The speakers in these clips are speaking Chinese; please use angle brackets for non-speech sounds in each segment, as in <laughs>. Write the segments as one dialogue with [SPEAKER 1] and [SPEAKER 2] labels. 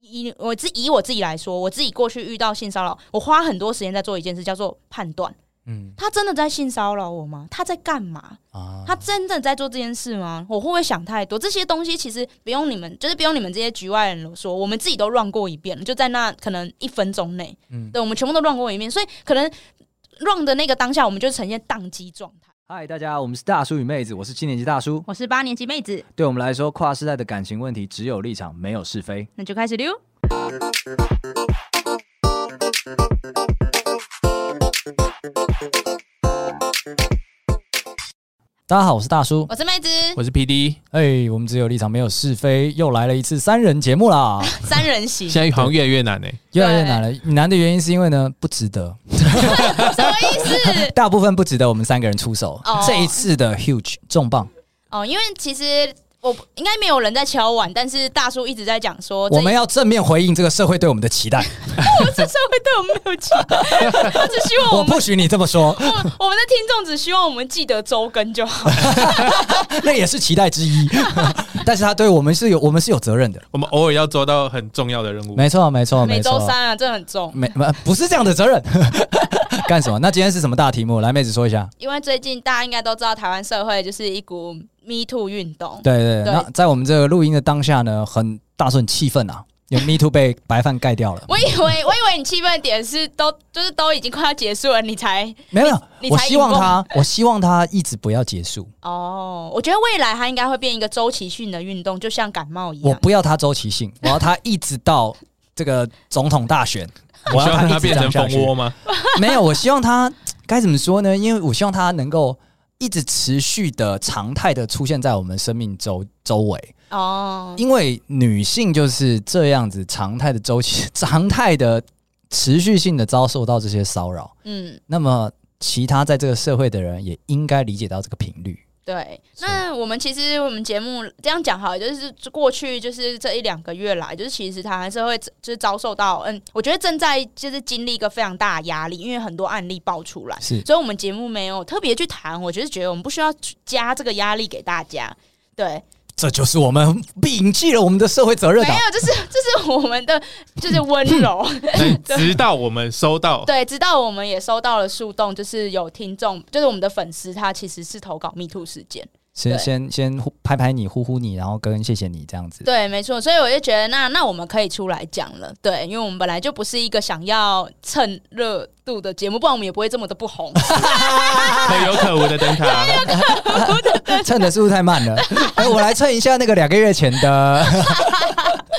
[SPEAKER 1] 以我自以我自己来说，我自己过去遇到性骚扰，我花很多时间在做一件事，叫做判断。
[SPEAKER 2] 嗯
[SPEAKER 1] 他真的在性骚扰我吗？他在干嘛？
[SPEAKER 2] 啊，
[SPEAKER 1] 他真的在做这件事吗？我会不会想太多？这些东西其实不用你们，就是不用你们这些局外人说，我们自己都乱过一遍了，就在那可能一分钟内，
[SPEAKER 2] 嗯，
[SPEAKER 1] 对，我们全部都乱过一遍，所以可能乱的那个当下，我们就呈现宕机状态。
[SPEAKER 2] 嗨，大家好，我们是大叔与妹子，我是七年级大叔。
[SPEAKER 3] 我是八年级妹子，
[SPEAKER 2] 对我们来说，跨世代的感情问题只有立场，没有是非。
[SPEAKER 3] 那就开始溜。
[SPEAKER 2] 大家好，我是大叔，
[SPEAKER 1] 我是妹子，
[SPEAKER 4] 我是 P D，
[SPEAKER 2] 哎、我们只有立场，没有是非，又来了一次三人节
[SPEAKER 1] <laughs>
[SPEAKER 2] 目啦，
[SPEAKER 1] 三人行，
[SPEAKER 4] 现在好像越来越难哎、欸。
[SPEAKER 2] 越来越难了。难的原因是因为呢，不值得，
[SPEAKER 1] 什么意思？
[SPEAKER 2] 大部分不值得我们三个人出手。
[SPEAKER 1] 哦
[SPEAKER 2] 这一次的 huge 重磅，
[SPEAKER 1] 哦，因为其实我应该没有人在敲碗，但是大叔一直在讲说，
[SPEAKER 2] 我们要正面回应这个社会对我们的期待。
[SPEAKER 1] 这这社会对我们没有期待，
[SPEAKER 2] <laughs>
[SPEAKER 1] 我只希望 <laughs> 我
[SPEAKER 2] 我
[SPEAKER 1] 们
[SPEAKER 2] 不许你这
[SPEAKER 1] <laughs>
[SPEAKER 2] 么说，
[SPEAKER 1] 我我们的听众只希望我们记得周更就好。
[SPEAKER 2] 哦那也是期待之一。 <laughs> 但是他对我们是有，我们是有责任的。
[SPEAKER 4] 我们偶尔要做到很重要的任务，
[SPEAKER 2] 没错，没错，
[SPEAKER 1] 每
[SPEAKER 2] 没
[SPEAKER 1] 周
[SPEAKER 2] 错。
[SPEAKER 1] 三啊，这很重。
[SPEAKER 2] 没不不是这样的责任，干什么？那今天是什么大题目？来，妹子说一下。
[SPEAKER 1] 因为最近大家应该都知道，台湾社会就是一股 Me Too 运动。
[SPEAKER 2] 对对对，
[SPEAKER 1] 对
[SPEAKER 2] 那在我们这个录音的当下呢，很大叔很气愤啊，有 Me Too 被白饭盖掉了。
[SPEAKER 1] 我以为我以为你气愤的点是都就是都已经快要结束了，你才
[SPEAKER 2] 没有，没有
[SPEAKER 1] 你
[SPEAKER 2] 我
[SPEAKER 1] 才
[SPEAKER 2] 希望他，我希望他一直不要结束，
[SPEAKER 1] 哦。我觉得未来它应该会变一个周期性的运动，就像感冒一
[SPEAKER 2] 我
[SPEAKER 1] 样。
[SPEAKER 2] 不要他周期性，我要他一直到这个总统大选，
[SPEAKER 4] 你
[SPEAKER 2] 我
[SPEAKER 4] 希
[SPEAKER 2] 要
[SPEAKER 4] 望
[SPEAKER 2] 他一
[SPEAKER 4] 它
[SPEAKER 2] 直
[SPEAKER 4] 变
[SPEAKER 2] 这
[SPEAKER 4] 成
[SPEAKER 2] 样下
[SPEAKER 4] 蜂窝
[SPEAKER 2] 去。 <laughs>
[SPEAKER 4] 吗？
[SPEAKER 2] 没有，我希望他该怎么说呢？因为我希望他能够一直持续的常态的出现在我们生命周周围。
[SPEAKER 1] 哦，
[SPEAKER 2] 因为女性就是这样子常态的周期、 <laughs> 常态的持续性的遭受到这些骚扰，
[SPEAKER 1] 嗯，
[SPEAKER 2] 那么其他在这个社会的人也应该理解到这个频率。
[SPEAKER 1] 对。
[SPEAKER 2] 是
[SPEAKER 1] 那我们其实我们节目这样讲好了，就是过去就是这一两个月来，就是其实台湾社会就是遭受到，嗯，我觉得正在就是经历一个非常大的压力，因为很多案例爆出来。
[SPEAKER 2] 是
[SPEAKER 1] 所以我们节目没有特别去谈，我就是觉得我们不需要去加这个压力给大家。对，
[SPEAKER 2] 这就是我们摒弃了我们的社会责任
[SPEAKER 1] 没
[SPEAKER 2] 啊！
[SPEAKER 1] 有，就是 <laughs> 这是我们的就是温柔。
[SPEAKER 2] <laughs>
[SPEAKER 4] 但直到我们收到，
[SPEAKER 2] 哦
[SPEAKER 1] 对，直到我们也收到了树洞，就是有听众，就是我们的粉丝，他其实是投稿密兔事件。
[SPEAKER 2] 先
[SPEAKER 1] 对
[SPEAKER 2] 先先呼拍拍你、呼呼你，然后跟谢谢你这样子。 <laughs>
[SPEAKER 1] 对，没错，所以我就觉得那那我们可以出来讲了，对，因为我们本来就不是一个想要蹭热度的节目，不然我们也不会这么的不红。
[SPEAKER 4] 可有可无的
[SPEAKER 2] <laughs>
[SPEAKER 4] 灯塔，
[SPEAKER 2] 蹭的速度太
[SPEAKER 1] <laughs>
[SPEAKER 2] 慢了。哎，我来蹭一下那个两个月前的。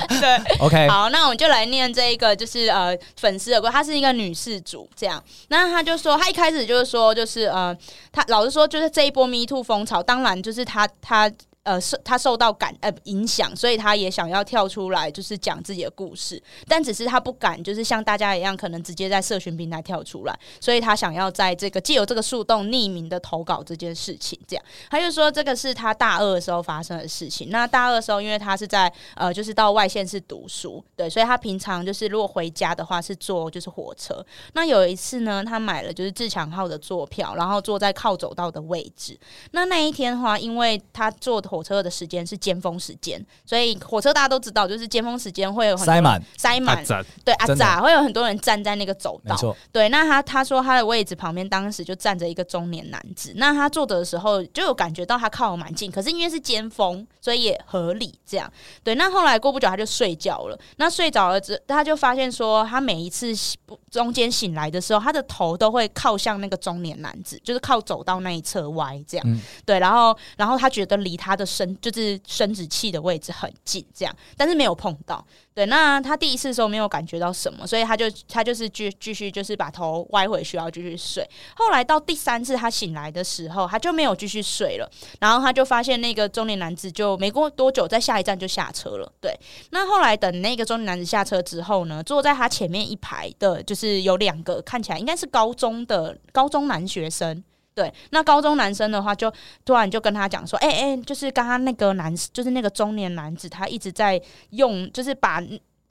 [SPEAKER 1] 对，
[SPEAKER 2] <laughs> OK，
[SPEAKER 1] 好，那我们就来念这一个，就是呃粉丝的歌，她是一个女事主，这样。那她就说，她一开始就是说，就是呃，她老实说，就是这一波 Me Too 风潮，当然就是她她。呃，受她受到感呃影响，所以她也想要跳出来，就是讲自己的故事，但只是她不敢，就是像大家一样，可能直接在社群平台跳出来，所以她想要在这个借由这个树洞匿名的投稿这件事情，这样。她就说这个是她大二的时候发生的事情。那大二的时候，因为她是在呃，就是到外县市读书，对，所以他平常就是如果回家的话是坐就是火车。那有一次呢，他买了就是自强号的坐票，然后坐在靠走道的位置。那那一天的话，因为他坐火车的时间是尖峰时间，所以火车大家都知道，就是尖峰时间会有很多
[SPEAKER 2] 塞满，
[SPEAKER 1] 塞
[SPEAKER 4] 阿
[SPEAKER 1] 满，
[SPEAKER 4] 展
[SPEAKER 1] 对啊
[SPEAKER 2] 真的
[SPEAKER 1] 咋会有很多人站在那个走
[SPEAKER 2] 没
[SPEAKER 1] 道。
[SPEAKER 2] 错，
[SPEAKER 1] 对，那他他说他的位置旁边当时就站着一个中年男子，那他坐着的时候就有感觉到他靠我蛮近，可是因为是尖峰，所以也合理这样。对，那后来过不久他就睡觉了，那睡着了之，他就发现说他每一次醒不中间醒来的时候，他的头都会靠向那个中年男子，就是靠走到那一侧歪这样。
[SPEAKER 2] 嗯
[SPEAKER 1] 对，然后然后他觉得离他的生就是生殖器的位置很近这样，但是没有碰到。对，那他第一次的时候没有感觉到什么，所以他就他就是继继续就是把头歪回去，然后继续睡。后来到第三次他醒来的时候，他就没有继续睡了，然后他就发现那个中年男子就没过多久，在下一站就下车了。对，那后来等那个中年男子下车之后呢，坐在他前面一排的就是有两个看起来应该是高中的高中男学生。对，那高中男生的话就突然就跟他讲说，哎、哎、就是刚刚那个男，就是那个中年男子，他一直在用，就是把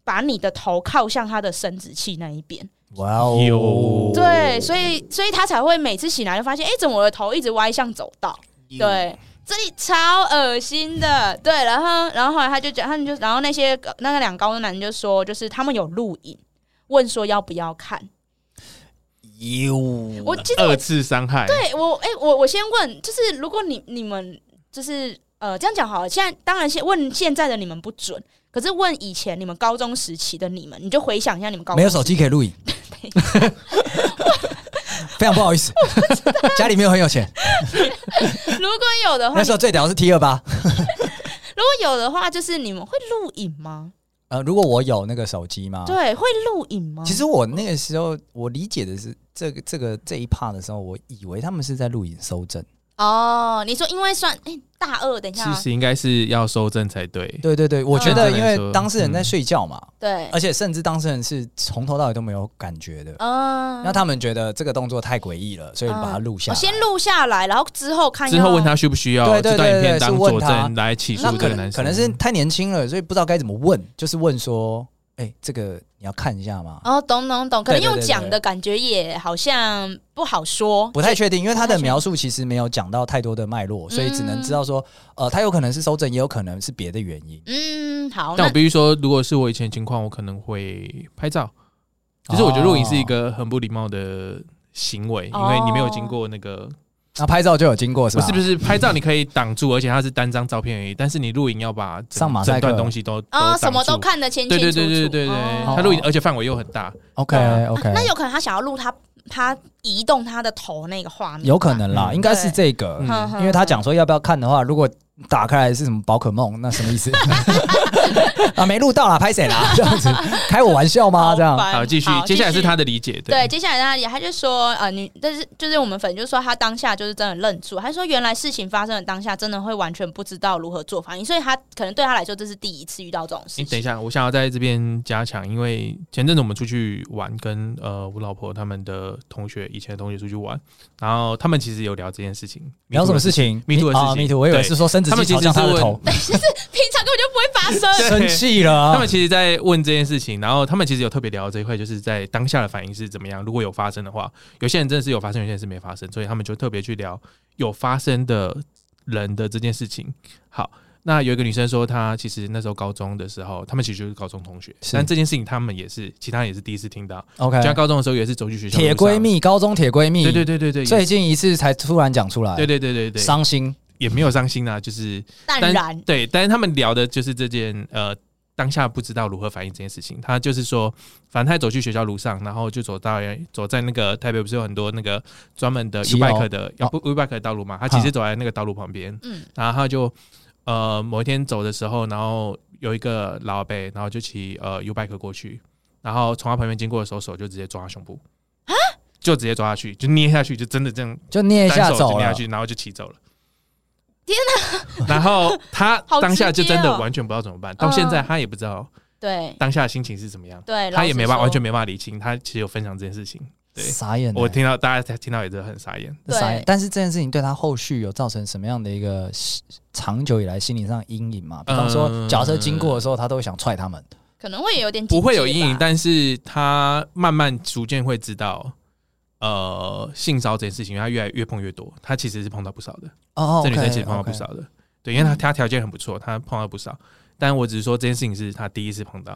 [SPEAKER 1] 把你的头靠向他的生殖器那一边，
[SPEAKER 2] 哇哦，
[SPEAKER 4] 有
[SPEAKER 1] 对，所以所以他才会每次醒来就发现，哎、怎么我的头一直歪向走道？对这里超恶心的，对，然后然后后来他就讲，他们就然后那些那个两高的男人就说，就是他们有录影，问说要不要看。
[SPEAKER 2] 哟，
[SPEAKER 1] 我记得我
[SPEAKER 4] 二次伤害，
[SPEAKER 1] 对我哎、我我先问，就是如果你你们就是呃这样讲好了，现在当然现问现在的你们不准，可是问以前你们高中时期的你们，你就回想一下你们高中
[SPEAKER 2] 没有手机可以
[SPEAKER 1] <laughs>
[SPEAKER 2] 录影，非常不好意思，家里没有很有钱，
[SPEAKER 1] 时期， <laughs> 如果有的话，
[SPEAKER 2] 那时
[SPEAKER 1] 如
[SPEAKER 2] 候最屌的是 T 二八。
[SPEAKER 1] 果有的话，就是你们会录影吗？
[SPEAKER 2] 呃，如果我有那个手机
[SPEAKER 4] 啊
[SPEAKER 2] 吗？
[SPEAKER 1] 对，啊会录影吗？
[SPEAKER 2] 其实我那个时候，我理解的是这个这个这一 part 的时候，我以为他们是在录影搜证。
[SPEAKER 1] 哦，你说因为算哎、大二，等一下
[SPEAKER 4] 其
[SPEAKER 1] 啊、
[SPEAKER 4] 实应该是要收正才对。
[SPEAKER 2] 对对对，我觉得
[SPEAKER 4] 嗯
[SPEAKER 2] 因为当事人在睡觉嘛，
[SPEAKER 1] 对，
[SPEAKER 4] 哎
[SPEAKER 2] 而且甚至当事人是从头到尾都没有感觉的。
[SPEAKER 1] 嗯，
[SPEAKER 2] 那他们觉得这个动作太诡异了，所以把它录下
[SPEAKER 1] 我
[SPEAKER 2] 来。
[SPEAKER 1] 先录下来，然后之后看
[SPEAKER 4] 之
[SPEAKER 1] 要
[SPEAKER 4] 后问他需不需要
[SPEAKER 2] 对对
[SPEAKER 4] 这段影
[SPEAKER 2] 对对
[SPEAKER 4] 片当
[SPEAKER 2] 是问
[SPEAKER 4] 佐
[SPEAKER 2] 他
[SPEAKER 4] 证来起
[SPEAKER 2] 那
[SPEAKER 4] 诉
[SPEAKER 2] 可
[SPEAKER 4] 这个
[SPEAKER 2] 能
[SPEAKER 4] 男生，
[SPEAKER 2] 可能是太年轻了，所以不知道该怎么问，就是问说：“哎、这个你要看一下吗？”
[SPEAKER 1] 哦，懂懂懂，可能
[SPEAKER 2] 对对
[SPEAKER 1] 用
[SPEAKER 2] 对
[SPEAKER 1] 讲
[SPEAKER 2] 对
[SPEAKER 1] 的感觉也好像不好说，
[SPEAKER 2] 不太确定，因为他
[SPEAKER 1] 不太
[SPEAKER 2] 的
[SPEAKER 1] 确定
[SPEAKER 2] 描述其实没有讲到太多的脉络，所以只能知道说，
[SPEAKER 4] 嗯
[SPEAKER 2] 呃，他有可能是收证，也有可能是别的原因。
[SPEAKER 1] 嗯，好，那
[SPEAKER 4] 但我必须说，如果是我以前的情况，我可能会拍照。其实我觉得录影哦是一个很不礼貌的行为，因
[SPEAKER 1] 哦
[SPEAKER 4] 为你没有经过那个，
[SPEAKER 2] 那啊拍照就有经过是
[SPEAKER 4] 不
[SPEAKER 2] 吧？
[SPEAKER 4] 是不是拍照你可以挡住，而且它是单张照片而已，但是你录影要把整
[SPEAKER 2] 上马赛克
[SPEAKER 4] 整段东西都都
[SPEAKER 1] 啊、
[SPEAKER 4] 挡
[SPEAKER 1] 什么都
[SPEAKER 4] 住。
[SPEAKER 1] 看得清
[SPEAKER 4] 对
[SPEAKER 1] 清楚
[SPEAKER 4] 对
[SPEAKER 1] 楚，
[SPEAKER 4] 对对对对，
[SPEAKER 1] 哦
[SPEAKER 4] 它录影而且范围又很大，啊
[SPEAKER 2] ？OK OK，、
[SPEAKER 1] 那有可能他想要录他他移动他的头那个画面吧，
[SPEAKER 2] 有可能啦，
[SPEAKER 4] 嗯
[SPEAKER 2] 应该是这个，
[SPEAKER 4] 对嗯
[SPEAKER 1] 哼，哼
[SPEAKER 2] 因为他讲说要不要看的话，如果打开来是什么宝可梦，那什么意
[SPEAKER 4] <laughs>
[SPEAKER 2] 思？啊，没录到啦，拍谁啦？这样子开我玩笑吗？这样
[SPEAKER 1] 烦
[SPEAKER 4] 好继续，接下来是他的理解，
[SPEAKER 1] 对，接下来他也他就说呃女，但是就是我们粉就说他当下就是真的愣住，他说原来事情发生的当下真的会完全不知道如何做反应，所以他可能对他来说这是第一次遇到这种事
[SPEAKER 4] 你
[SPEAKER 1] 情。 <laughs>
[SPEAKER 4] 等一下，我想要在这边加强，因为前阵子我们出去玩，跟呃我老婆他们的同学，以前的同学出去玩，然后他们其实有聊这件事情，
[SPEAKER 2] 聊什么事？情
[SPEAKER 4] Me too 的事情
[SPEAKER 2] 啊，Me too，我以为
[SPEAKER 4] 对
[SPEAKER 2] 是说生殖
[SPEAKER 4] 他
[SPEAKER 2] 器
[SPEAKER 4] 们其
[SPEAKER 2] 朝
[SPEAKER 4] 实
[SPEAKER 2] 向他
[SPEAKER 4] 是
[SPEAKER 2] 的
[SPEAKER 4] 问
[SPEAKER 2] 头，
[SPEAKER 1] 平常根本就不会发生。
[SPEAKER 4] <laughs>
[SPEAKER 2] 生
[SPEAKER 4] 对
[SPEAKER 2] 气了
[SPEAKER 4] 他
[SPEAKER 2] 啊
[SPEAKER 4] 们。其实，在问这件事情，然后他们其实有特别聊这一块，就是在当下的反应是怎么样。如果有发生的话，有些人真的是有发生，有些人是没发生，所以他们就特别去聊有发生的人的这件事情。好，那有一个女生说，她其实那时候高中的时候，他们其实就是高中同学，
[SPEAKER 2] 是
[SPEAKER 4] 但这件事情他们也是其他人也是第一次听到。
[SPEAKER 2] OK，
[SPEAKER 4] 就她高中的时候也是走去学校，
[SPEAKER 2] 铁闺，蜜，高中铁闺蜜，
[SPEAKER 4] 对对对对对，
[SPEAKER 2] 最近一次才突然讲出来，
[SPEAKER 4] 对对对对对，
[SPEAKER 2] 伤心。
[SPEAKER 4] 也没有伤心啊，就是
[SPEAKER 1] 淡
[SPEAKER 4] 但
[SPEAKER 1] 然，
[SPEAKER 4] 对，但是他们聊的就是这件呃，当下不知道如何反应这件事情。他就是说，反正他走去学校路上，然后就走到走在那个台北不是有很多那个专门的
[SPEAKER 2] 骑楼
[SPEAKER 4] U bike 的 U bike 的道路嘛，他其实走在那个道路旁边，
[SPEAKER 1] 嗯，
[SPEAKER 4] 然后他就呃某一天走的时候，然后有一个老阿伯，然后就骑呃 U bike 过去，然后从他旁边经过的时候，手就直接抓他胸部就直接抓下去，就捏下去，就真的这样
[SPEAKER 2] 就捏一
[SPEAKER 4] 单
[SPEAKER 2] 下
[SPEAKER 4] 手就
[SPEAKER 2] 走
[SPEAKER 4] 捏下
[SPEAKER 2] 了。
[SPEAKER 4] 去，然后就骑哎走了。
[SPEAKER 1] 天
[SPEAKER 4] 哪！ <laughs> 然后他
[SPEAKER 1] <laughs> 好直接哦
[SPEAKER 4] 当下就真的完全不知道怎么办，到现在
[SPEAKER 1] 嗯
[SPEAKER 4] 他也不知道
[SPEAKER 1] 对
[SPEAKER 4] 当下的心情是怎么样，
[SPEAKER 1] 对，
[SPEAKER 4] 他也没办法，完全
[SPEAKER 1] 没。
[SPEAKER 4] 没办法理清。他其实有分享这件事情，对
[SPEAKER 2] 傻眼欸、
[SPEAKER 4] 我听到大家听到也是很傻眼。
[SPEAKER 1] 对
[SPEAKER 2] 傻眼。但是这件事情对他后续有造成什么样的一个是长久以来心理上阴影嘛？比方说，
[SPEAKER 4] 嗯
[SPEAKER 2] 脚车经过的时候，他都会想踹他们。
[SPEAKER 1] 可能会有点
[SPEAKER 4] 不会有阴影，
[SPEAKER 1] 但
[SPEAKER 4] 但是他慢慢逐渐会知道，呃，性骚扰这件事情，因为他越来越碰越多，他其实是碰到不少的。
[SPEAKER 2] 哦，
[SPEAKER 4] 这女生
[SPEAKER 2] OK，
[SPEAKER 4] 其实碰到不
[SPEAKER 2] OK
[SPEAKER 4] 少的，对，因为她
[SPEAKER 1] 嗯
[SPEAKER 4] 她条件很不错，她碰到不少。但我只是说这件事情是她第一次碰到，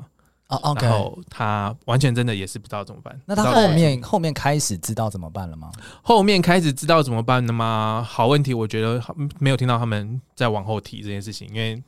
[SPEAKER 2] 哦，OK。
[SPEAKER 4] 然后她完全真的也是不知道怎么办。
[SPEAKER 2] 那
[SPEAKER 4] 不
[SPEAKER 2] 他
[SPEAKER 4] 知道
[SPEAKER 2] 后面后面开始知道怎么办了吗？
[SPEAKER 4] 后面开始知道怎么办的吗？好问题，我觉得好没有听到他们在往后提这件事情，因为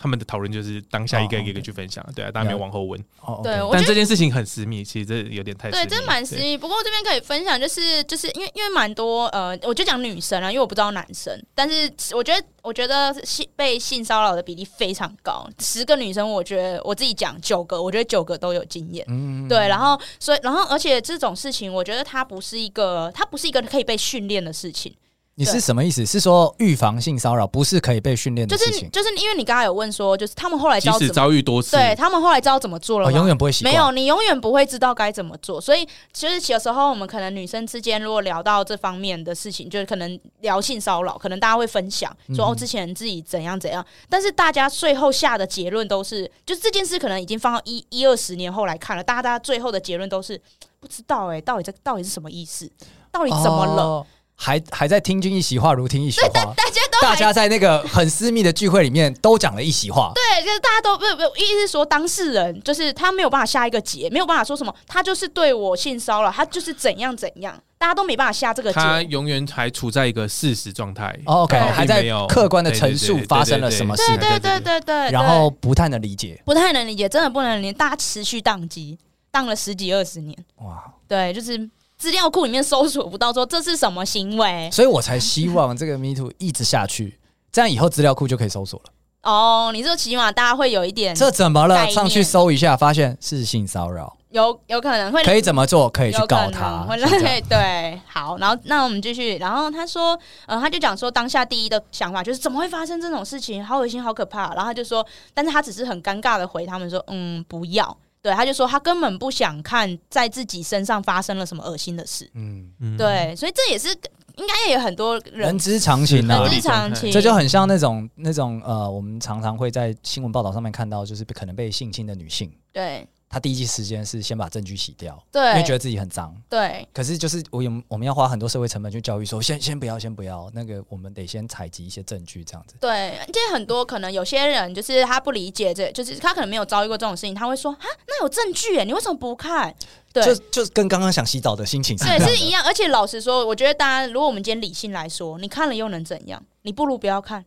[SPEAKER 4] 他们的讨论就是当下一个
[SPEAKER 2] 哦
[SPEAKER 4] 一个一个
[SPEAKER 2] OK
[SPEAKER 4] 去分享，对啊，大家没有往后问。
[SPEAKER 2] 哦，OK，
[SPEAKER 1] 对我觉
[SPEAKER 4] 但
[SPEAKER 1] 得
[SPEAKER 4] 这件事情很私密，其实这有点太
[SPEAKER 1] 对，这蛮私
[SPEAKER 4] 私。
[SPEAKER 1] 密。不过这边可以分享，就是就是因为因为蛮多呃，我就讲女生啊，因为我不知道男生，但是我觉得我觉得性被性骚扰的比例非常高，十个女生，我觉得我自己讲九个，我觉得九个都有经验。
[SPEAKER 2] 嗯，
[SPEAKER 1] 对，然后所以，然后而且这种事情，我觉得它不是一个，它不是一个可以被训练的事情。
[SPEAKER 2] 你是什么意思？是说预防性骚扰不是可以被训练
[SPEAKER 1] 就
[SPEAKER 2] 的事
[SPEAKER 1] 是
[SPEAKER 2] 情？
[SPEAKER 1] 就是因为你刚刚有问说，就是他们后来知
[SPEAKER 4] 即
[SPEAKER 1] 道
[SPEAKER 4] 使
[SPEAKER 1] 怎么，
[SPEAKER 4] 遭遇多次，
[SPEAKER 1] 对他们后来知道怎么做了
[SPEAKER 2] 哦，
[SPEAKER 1] 吗？
[SPEAKER 2] 永远不会习惯。
[SPEAKER 1] 没有，你永远不会知道该怎么做。所以，其实有时候我们可能女生之间如果聊到这方面的事情，就是可能聊性骚扰，可能大家会分享说、
[SPEAKER 2] 嗯
[SPEAKER 1] 哦，之前自己怎样怎样，但是大家最后下的结论都是，就是这件事可能已经放到一一二十年后来看了，大家欸大家最后的结论都是不知道哎、到底这到底是什么意思，到底怎么了？
[SPEAKER 2] 哦还还在听君一席话，如听一席
[SPEAKER 1] 对，大
[SPEAKER 2] 话。
[SPEAKER 1] 大家都
[SPEAKER 2] 大
[SPEAKER 1] 还
[SPEAKER 2] 家在那个很私密的聚会里面都讲了一席话，
[SPEAKER 1] 对，就是大家都不不，意思是说当事人就是他没有办法下一个结，没有办法说什么，他就是对我性骚扰，他就是怎样怎样，大家都没办法下这个结。
[SPEAKER 4] 他永远还处在一个事实状态。
[SPEAKER 2] 哦，OK，
[SPEAKER 4] 然后
[SPEAKER 2] 还
[SPEAKER 4] 并
[SPEAKER 2] 在
[SPEAKER 4] 没有
[SPEAKER 2] 客观地陈述
[SPEAKER 4] 对对对对
[SPEAKER 2] 发生了什么事
[SPEAKER 1] 对
[SPEAKER 2] 情
[SPEAKER 1] 对对对对，
[SPEAKER 2] 然后不太能理解。
[SPEAKER 1] 不太能理解，真的不能理解，大家持续宕机，宕了十几二十年，
[SPEAKER 2] 哇！
[SPEAKER 1] 对，就是资料库里面搜索不到说这是什么行为
[SPEAKER 2] 所以我才希望这个 Me Too 一直下去，这样以后资料库就可以搜索了。
[SPEAKER 1] 哦，你说起码大家会有一点，
[SPEAKER 2] 这怎么
[SPEAKER 1] 嗯概
[SPEAKER 2] 了？
[SPEAKER 1] 念
[SPEAKER 2] 上去搜一下，发现是性骚扰，
[SPEAKER 1] 有有可能会
[SPEAKER 2] 可以怎么做？可以去
[SPEAKER 1] 有可
[SPEAKER 2] 告
[SPEAKER 1] 能
[SPEAKER 2] 他。
[SPEAKER 1] 会
[SPEAKER 2] 是这样
[SPEAKER 1] 对 <laughs> 对，好，然后那我们继续，然后他说，呃，他就讲说当下第一的想法就是怎么会发生这种事情，好恶心，好可怕。然后他就说，但是他只是很尴尬的回他们说，嗯，不要。对，他就说他根本不想看在自己身上发生了什么恶心的事。
[SPEAKER 2] 嗯，
[SPEAKER 4] 嗯，
[SPEAKER 1] 对，所以这也是应该也有很多人
[SPEAKER 2] 人之常情啊
[SPEAKER 1] 人
[SPEAKER 4] 是。
[SPEAKER 1] 之常情，
[SPEAKER 2] 这就很像那种那种呃，我们常常会在新闻报道上面看到，就是可能被性侵的女性，
[SPEAKER 1] 对
[SPEAKER 2] 她第一时间是先把证据洗掉，因为
[SPEAKER 1] 对
[SPEAKER 2] 觉得自己很脏。
[SPEAKER 1] 对
[SPEAKER 2] 可是就是我有我们要花很多社会成本去教育说，先先不要，先不要，那个我们得先采集一些证据，这样子。
[SPEAKER 1] 对，而且很多可能有些人就是他不理解这，就是他可能没有遭遇过这种事情，他会说啊，那有证据耶，你为什么不看？对，
[SPEAKER 2] 就就跟刚刚想洗澡的心情是一
[SPEAKER 1] 对，
[SPEAKER 2] 样的
[SPEAKER 1] 是一样。而且老实说，我觉得大家，如果我们今天理性来说，你看了又能怎样？你不如不要看，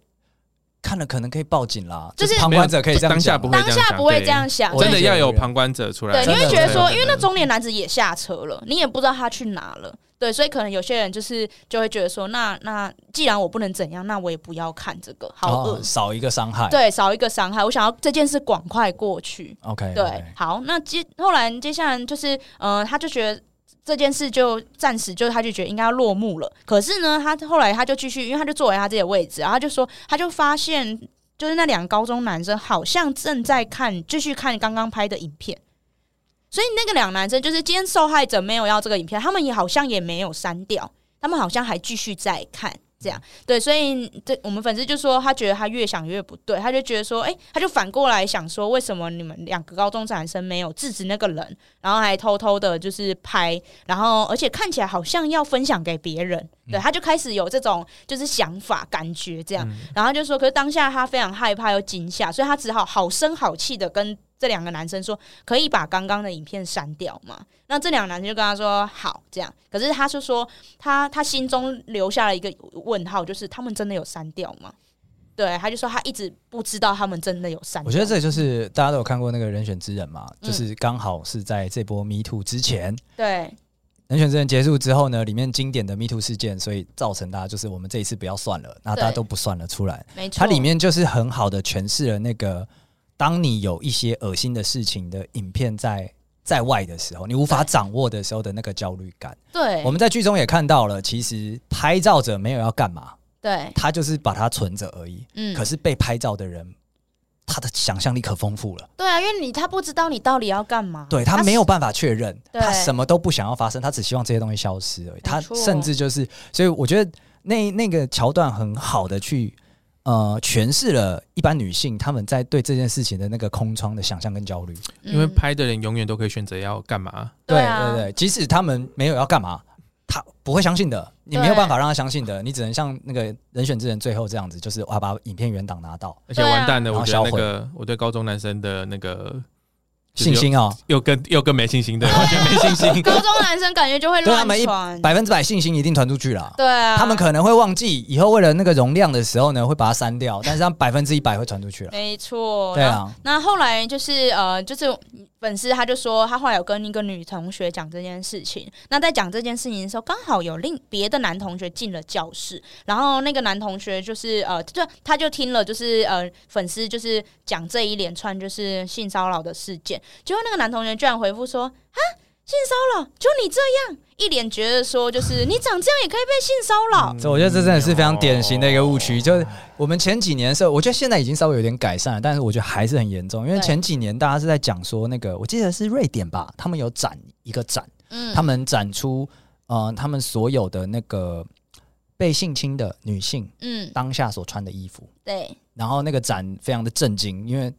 [SPEAKER 2] 看了可能可以报警啦，
[SPEAKER 1] 就是
[SPEAKER 2] 是旁观者可以这样
[SPEAKER 4] 当
[SPEAKER 2] 讲啊
[SPEAKER 4] 下不会
[SPEAKER 1] 当
[SPEAKER 4] 这样
[SPEAKER 1] 下
[SPEAKER 4] 想
[SPEAKER 1] 不会
[SPEAKER 4] 对
[SPEAKER 1] 这样想。
[SPEAKER 2] 我
[SPEAKER 4] 真
[SPEAKER 1] 对
[SPEAKER 4] 的
[SPEAKER 2] 也觉
[SPEAKER 4] 要
[SPEAKER 2] 得
[SPEAKER 4] 有
[SPEAKER 2] 有人
[SPEAKER 4] 旁观者出来。
[SPEAKER 1] 对，你会
[SPEAKER 2] 真的
[SPEAKER 1] 觉得
[SPEAKER 2] 真的
[SPEAKER 1] 说，
[SPEAKER 4] 真的
[SPEAKER 1] 因为那中年男子也下车了，你也不知道他去哪了。对，所以可能有些人就是就会觉得说，那那既然我不能怎样，那我也不要看这个，好恶
[SPEAKER 2] 哦，少一个伤害。
[SPEAKER 1] 对，少一个伤害。我想要这件事赶快过去。
[SPEAKER 2] ，OK，
[SPEAKER 1] 对，好，那接后来接下来就是，呃，他就觉得。这件事就暂时就，他就觉得应该要落幕了。可是呢，他后来他就继续，因为他就坐回他自己的位置，然后他就说，他就发现就是那两个高中男生好像正在看，继续看刚刚拍的影片。所以那个两个男生就是今天受害者没有要这个影片，他们也好像也没有删掉，他们好像还继续在看。这样对，所以这我们粉丝就说，他觉得他越想越不对，他就觉得说，哎、他就反过来想说，为什么你们两个高中男生没有制止那个人，然后还偷偷的就是拍，然后而且看起来好像要分享给别人，
[SPEAKER 2] 嗯
[SPEAKER 1] 对，他就开始有这种就是想法感觉这样，
[SPEAKER 2] 嗯
[SPEAKER 1] 然后他就说，可是当下他非常害怕又惊吓，所以他只好好声好气的跟这两个男生说，可以把刚刚的影片删掉吗？那这两个男生就跟他说好，这样。可是他就说他他心中留下了一个问号，就是他们真的有删掉吗？对，他就说他一直不知道他们真的有删掉。
[SPEAKER 2] 我觉得这就是大家都有看过那个《人选之人》嘛，
[SPEAKER 1] 嗯
[SPEAKER 2] 就是刚好是在这波 Me Too 之前，
[SPEAKER 1] 对
[SPEAKER 2] 人选之人》结束之后呢，里面经典的 Me Too 事件，所以造成大家就是我们这一次不要算了，那大家
[SPEAKER 1] 对
[SPEAKER 2] 都不算了出来。
[SPEAKER 1] 没错，
[SPEAKER 2] 它里面就是很好的诠释了那个，当你有一些恶心的事情的影片在在外的时候，你无法掌握的时候的那个焦虑感。
[SPEAKER 1] 对
[SPEAKER 2] 我们在剧中也看到了，其实拍照者没有要干嘛，
[SPEAKER 1] 对
[SPEAKER 2] 他就是把它存着而已。
[SPEAKER 1] 嗯
[SPEAKER 2] 可，是被拍照的人，他的想象力可丰富了，
[SPEAKER 1] 对啊，因为你他不知道你到底要干嘛，
[SPEAKER 2] 对他没有办法确认，
[SPEAKER 1] 对
[SPEAKER 2] 他什么都不想要发生，他只希望这些东西消失而已。他
[SPEAKER 1] 错
[SPEAKER 2] 甚至就是，所以我觉得那那个桥段很好的去。呃，诠释了一般女性她们在对这件事情的那个空窗的想象跟焦虑。
[SPEAKER 1] 嗯
[SPEAKER 4] 因为拍的人永远都可以选择要干嘛。
[SPEAKER 1] 对啊
[SPEAKER 2] 对对，即使他们没有要干嘛，他不会相信的，你没有
[SPEAKER 1] 对
[SPEAKER 2] 办法让他相信的，你只能像那个人选之人最后这样子，就是哇，把影片原档拿到，
[SPEAKER 4] 而且
[SPEAKER 1] 对啊
[SPEAKER 4] 完蛋了，
[SPEAKER 2] 然后
[SPEAKER 4] 我觉得
[SPEAKER 2] 销
[SPEAKER 4] 那
[SPEAKER 2] 毁
[SPEAKER 4] 个我对高中男生的那个就是
[SPEAKER 2] 信心哦，
[SPEAKER 4] 又更又更没信心，对，
[SPEAKER 2] 啊
[SPEAKER 4] 完全没
[SPEAKER 2] <laughs>
[SPEAKER 4] 信心。
[SPEAKER 1] 高中男生感觉就会
[SPEAKER 2] 对他
[SPEAKER 1] 乱
[SPEAKER 2] 们一
[SPEAKER 1] 传，
[SPEAKER 2] 百分之百信心一定传出去啦。
[SPEAKER 1] 对啊，
[SPEAKER 2] 他们可能会忘记，以后为了那个容量的时候呢，会把它删掉，但
[SPEAKER 1] <laughs>
[SPEAKER 2] 是他百分之一百会传出去了。
[SPEAKER 1] 没错，
[SPEAKER 2] 对啊，
[SPEAKER 1] 那后来就是呃，就是粉丝他就说，哦他后来有跟一个女同学讲这件事情。那在讲这件事情的时候，刚好有另别的男同学进了教室，然后那个男同学就是呃，就他就听了就是呃粉丝就是讲这一连串就是性骚扰的事件，结果那个男同学居然回复说：“啊，性骚扰就你这样。”一脸觉得说，就是你长这样也可以被性骚扰，
[SPEAKER 2] 所以我觉得嗯这真的是非常典型的一个误区，就是嗯我们前几年的时候，我觉得现在已经稍微有点改善了，但是我觉得还是很严重，因为
[SPEAKER 1] 对
[SPEAKER 2] 前几年大家是在讲说那个，我记得是瑞典吧，他们有展一个展，
[SPEAKER 1] 嗯，
[SPEAKER 2] 他们展出呃他们所有的那个被性侵的女性
[SPEAKER 1] 嗯，
[SPEAKER 2] 当下所穿的衣服，
[SPEAKER 1] 对，
[SPEAKER 2] 然后那个展非常的震惊，因为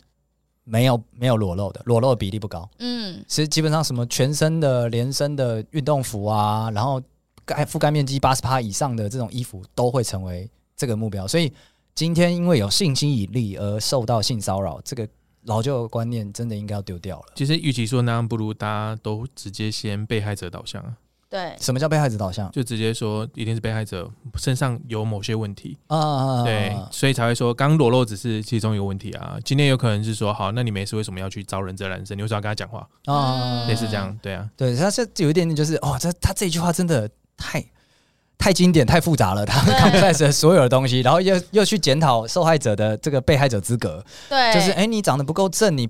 [SPEAKER 2] 没有没有裸露的，裸露的比例不高。
[SPEAKER 1] 嗯，
[SPEAKER 2] 其实基本上什么全身的、连身的运动服啊，然后干盖覆盖面积八十趴以上的这种衣服都会成为这个目标。所以今天因为有性吸引力而受到性骚扰，这个老旧的观念真的应该要丢掉了。
[SPEAKER 4] 其实，与其说那样，不如大家都直接先被害者导向啊，
[SPEAKER 1] 对，
[SPEAKER 2] 什么叫被害者导向？
[SPEAKER 4] 就直接说一定是被害者身上有某些问题，
[SPEAKER 2] 啊啊啊！啊
[SPEAKER 4] 对，所以才会说刚裸露只是其中一个问题啊。今天有可能是说，好，那你没事为什么要去招人这男生？你为什么要跟他讲话？
[SPEAKER 2] 啊啊
[SPEAKER 4] 类似这样，对啊，
[SPEAKER 2] 对，他是有一点点就是哦，这他这一句话真的太太经典、太复杂了，他 complex 的所有的东西，然后又又去检讨受害者的这个被害者资格，
[SPEAKER 1] 对，
[SPEAKER 2] 就是哎、诶你长得不够正，你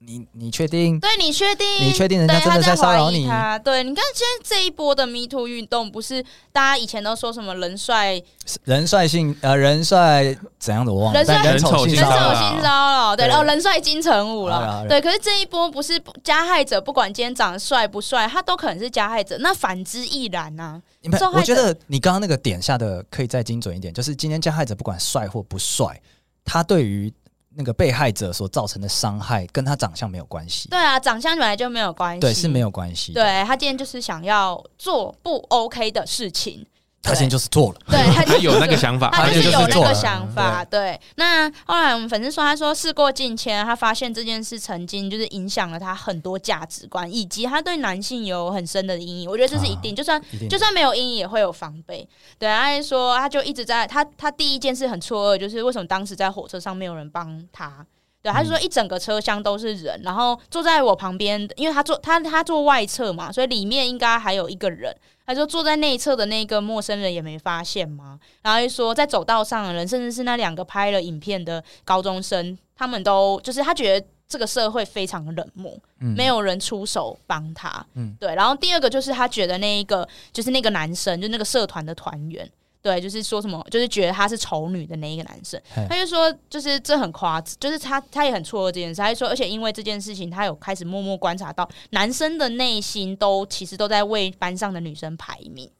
[SPEAKER 2] 你你确定？
[SPEAKER 1] 对你确定？
[SPEAKER 2] 你确定人家
[SPEAKER 1] 对
[SPEAKER 2] 真的
[SPEAKER 1] 他在
[SPEAKER 2] 在骚扰
[SPEAKER 1] 怀疑
[SPEAKER 2] 你
[SPEAKER 1] 他对你看，现在这一波的 Me Too 运动，不是大家以前都说什么人帅、
[SPEAKER 2] 人帅性呃人帅怎样的我忘了，
[SPEAKER 1] 人帅
[SPEAKER 2] 但人丑性
[SPEAKER 4] 人
[SPEAKER 1] 人
[SPEAKER 4] 骚
[SPEAKER 2] 骚
[SPEAKER 4] 扰
[SPEAKER 1] 手
[SPEAKER 2] 扰。
[SPEAKER 1] 心骚扰，对，
[SPEAKER 2] 对
[SPEAKER 1] 然后人帅金城武
[SPEAKER 2] 好啦好
[SPEAKER 1] 了
[SPEAKER 2] 啦，
[SPEAKER 1] 对。可是这一波不是不加害者，不管今天长得帅不帅，他都可能是加害者。那反之亦然啊呐、
[SPEAKER 2] 你们
[SPEAKER 1] 受害者
[SPEAKER 2] 我觉得你刚刚那个点下的可以再精准一点，就是今天加害者不管帅或不帅，他对于那个被害者所造成的伤害跟他长相没有关系，
[SPEAKER 1] 对啊，长相本来就没有关系，
[SPEAKER 2] 对是没
[SPEAKER 1] 有。
[SPEAKER 2] 有关系的。
[SPEAKER 1] 对他今天就是想要做不 OK 的事情，
[SPEAKER 2] 他今天就是做了。
[SPEAKER 1] 对
[SPEAKER 2] <laughs>
[SPEAKER 1] 他
[SPEAKER 4] 他有那个想法，
[SPEAKER 1] 他
[SPEAKER 2] 就
[SPEAKER 1] 就是是有那
[SPEAKER 2] 做了
[SPEAKER 1] 个想法，对。那后来我们粉丝说，他说事过境迁，他发现这件事曾经就是影响了他很多价值观，以及他对男性有很深的阴影。我觉得这是一定，就算
[SPEAKER 2] 一定
[SPEAKER 1] 就算没有阴影，也会有防备。对，他还说他就一直在他他第一件事很错愕，就是为什么当时在火车上没有人帮他。对，他就
[SPEAKER 2] 嗯
[SPEAKER 1] 说一整个车厢都是人，然后坐在我旁边，因为他坐他他坐外侧嘛，所以里面应该还有一个人。他说坐在内侧的那个陌生人也没发现吗？然后就说在走道上的人，甚至是那两个拍了影片的高中生，他们都就是他觉得这个社会非常的冷漠，
[SPEAKER 2] 嗯
[SPEAKER 1] 没有人出手帮他。
[SPEAKER 2] 嗯
[SPEAKER 1] 嗯，对。然后第二个就是他觉得那一个就是那个男生，就那个社团的团员。对，就是说什么，就是觉得他是丑女的那一个男生
[SPEAKER 2] 嘿，
[SPEAKER 1] 他就说，就是这很夸张，就是他他也很错愕这件事，他就说，而且因为这件事情，他有开始默默观察到男生的内心都其实都在为班上的女生排名，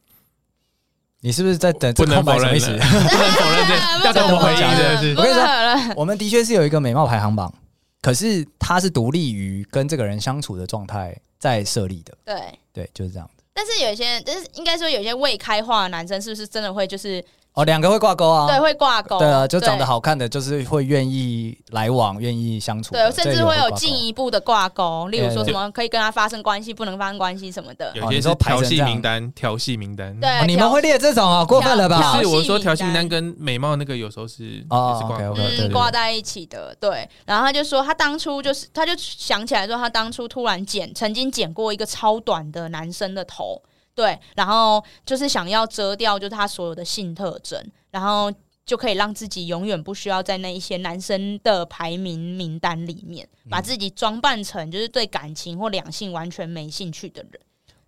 [SPEAKER 2] 你是不是在等 <laughs>
[SPEAKER 4] 不
[SPEAKER 2] 这
[SPEAKER 4] 能
[SPEAKER 2] 空白
[SPEAKER 4] 否
[SPEAKER 2] 什
[SPEAKER 4] 认
[SPEAKER 2] 么
[SPEAKER 4] 了，
[SPEAKER 2] 意
[SPEAKER 4] 不
[SPEAKER 2] 思？
[SPEAKER 4] 能否认这，要怎么回应这件事？
[SPEAKER 2] 我跟你说
[SPEAKER 1] 说，
[SPEAKER 2] 我们的确是有一个美貌排行榜，可是它是独立于跟这个人相处的状态在设立的，
[SPEAKER 1] 对，
[SPEAKER 2] 对，就是这样的。
[SPEAKER 1] 但是有一些，但是应该说有一些未开化的男生，是不是真的会就是、
[SPEAKER 2] 哦，两个会挂钩啊，
[SPEAKER 1] 对会挂钩？
[SPEAKER 2] 对啊，就长得
[SPEAKER 1] 对。
[SPEAKER 2] 好看的，就是会愿意来往，愿意相处的，
[SPEAKER 1] 对，甚
[SPEAKER 2] 这
[SPEAKER 1] 至
[SPEAKER 2] 个
[SPEAKER 1] 会有
[SPEAKER 2] 挂钩
[SPEAKER 1] 进一步的挂钩，例如说
[SPEAKER 2] 哎
[SPEAKER 1] 什
[SPEAKER 2] 对
[SPEAKER 1] 么可以跟他发生关系，不能发生关系什么的。
[SPEAKER 2] 哦
[SPEAKER 4] 有些是调戏名单，调戏名单。
[SPEAKER 1] 对，
[SPEAKER 2] 哦你们
[SPEAKER 1] 挑
[SPEAKER 2] 会列这种啊，过分了吧
[SPEAKER 1] 挑？
[SPEAKER 4] 是
[SPEAKER 1] 戏
[SPEAKER 4] 我说
[SPEAKER 1] 名
[SPEAKER 4] 调戏名单
[SPEAKER 1] 单
[SPEAKER 4] 跟美貌那个有时候是
[SPEAKER 2] 哦
[SPEAKER 4] 也是挂钩
[SPEAKER 2] OK，OK 对对
[SPEAKER 1] 嗯
[SPEAKER 2] 对
[SPEAKER 1] 挂在一起的，对。然后他就说，他当初就是，他就想起来说，他当初突然剪，曾经剪过一个超短的男生的头，对，然后就是想要遮掉，就是他所有的性特征，然后就可以让自己永远不需要在那一些男生的排名名单里面，把
[SPEAKER 2] 嗯
[SPEAKER 1] 自己装扮成就是对感情或两性完全没兴趣的人。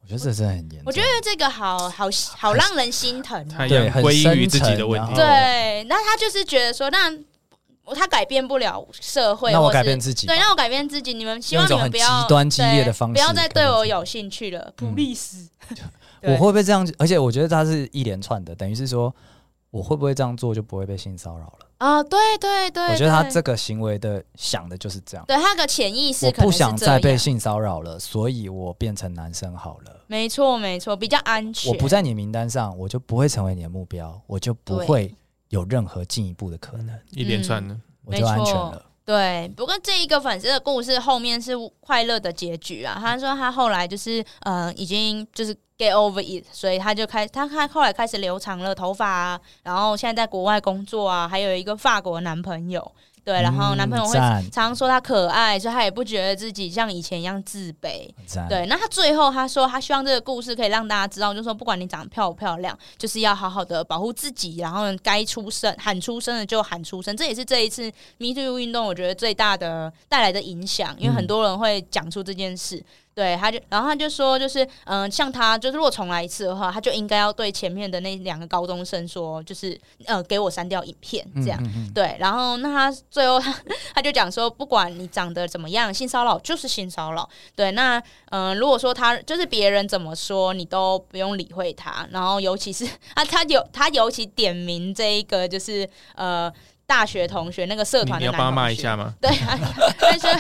[SPEAKER 2] 我觉得这真的很严重，
[SPEAKER 1] 我觉得这个好好好让人心疼、哦。
[SPEAKER 4] 他也归因于自己的问题。
[SPEAKER 1] 对，那他就是觉得说，那他改变不了社会，
[SPEAKER 2] 那我
[SPEAKER 1] 或是
[SPEAKER 2] 改变自己吧
[SPEAKER 1] 对，让我改变自己。你们希
[SPEAKER 2] 用
[SPEAKER 1] 望你
[SPEAKER 2] 一种
[SPEAKER 1] 们
[SPEAKER 2] 很
[SPEAKER 1] 不要
[SPEAKER 2] 极端激烈的方式
[SPEAKER 1] 对不要再
[SPEAKER 2] 改变
[SPEAKER 1] 对我
[SPEAKER 2] 自己
[SPEAKER 1] 有兴趣了，普利斯。
[SPEAKER 2] 嗯
[SPEAKER 1] <laughs>
[SPEAKER 2] 我会不会这样？而且我觉得它是一连串的，等于是说我会不会这样做就不会被性骚扰了？
[SPEAKER 1] 啊，对对对，
[SPEAKER 2] 我觉得他
[SPEAKER 1] 对
[SPEAKER 2] 这个行为的想的就是这样。
[SPEAKER 1] 对他的潜意识
[SPEAKER 2] 我
[SPEAKER 1] 可能
[SPEAKER 2] 不
[SPEAKER 1] 是这
[SPEAKER 2] 想
[SPEAKER 1] 样，
[SPEAKER 2] 再被性骚扰了，所以我变成男生好了。
[SPEAKER 1] 没错没错，比较安全。
[SPEAKER 2] 我不在你名单上，我就不会成为你的目标，我就不
[SPEAKER 1] 对
[SPEAKER 2] 会有任何进一步的可能，
[SPEAKER 4] 一连串的，
[SPEAKER 2] 我就安全
[SPEAKER 1] 没
[SPEAKER 2] 了。
[SPEAKER 1] 对，不过这一个粉丝的故事后面是快乐的结局啊。他说他后来就是呃，已经就是 get over it，所以他就开他他后来开始留长了头发啊，然后现在在国外工作啊，还有一个法国男朋友。对，然后
[SPEAKER 2] 嗯
[SPEAKER 1] 男朋友会
[SPEAKER 2] 赞
[SPEAKER 1] 常常说他可爱，所以他也不觉得自己像以前一样自卑。
[SPEAKER 2] 很赞，
[SPEAKER 1] 对，那他最后他说，他希望这个故事可以让大家知道，就是说不管你长得漂不漂亮，就是要好好的保护自己，然后该出声喊出声的就喊出声。这也是这一次 Me Too 运动我觉得最大的带来的影响，因为
[SPEAKER 2] 嗯
[SPEAKER 1] 很多人会讲出这件事。对，他就，然后他就说，就是，嗯、像他，就是如果重来一次的话，他就应该要对前面的那两个高中生说，就是，呃，给我删掉影片这样。
[SPEAKER 2] 嗯嗯嗯
[SPEAKER 1] 对，然后那他最后他他就讲说，不管你长得怎么样，性骚扰就是性骚扰。对，那嗯、呃如果说他就是别人怎么说，你都不用理会他。然后尤其是啊，他有他尤其点名这一个就是呃大学同学那个社
[SPEAKER 4] 你
[SPEAKER 1] 团
[SPEAKER 4] 你
[SPEAKER 1] 的
[SPEAKER 4] 要
[SPEAKER 1] 男
[SPEAKER 4] 帮他骂一
[SPEAKER 1] 同学
[SPEAKER 4] 下吗？
[SPEAKER 1] 对， <laughs> 他说，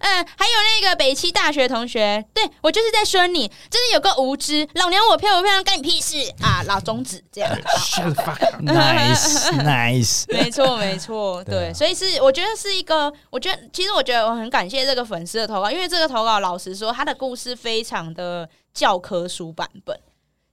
[SPEAKER 1] 嗯，还有那个北七大学同学，对我就是在说你，真的有个无知，老娘我漂不漂亮干你屁事啊，老中指这
[SPEAKER 4] <laughs>
[SPEAKER 1] 样。
[SPEAKER 4] Shut the fuck up！
[SPEAKER 1] <laughs>
[SPEAKER 2] 嗯 nice nice，
[SPEAKER 1] 没错，没错，
[SPEAKER 2] 对
[SPEAKER 1] 对，
[SPEAKER 2] 啊
[SPEAKER 1] 所以是我觉得是一个，我觉得其实我觉得我很感谢这个粉丝的投稿，因为这个投稿老实说，他的故事非常的教科书版本，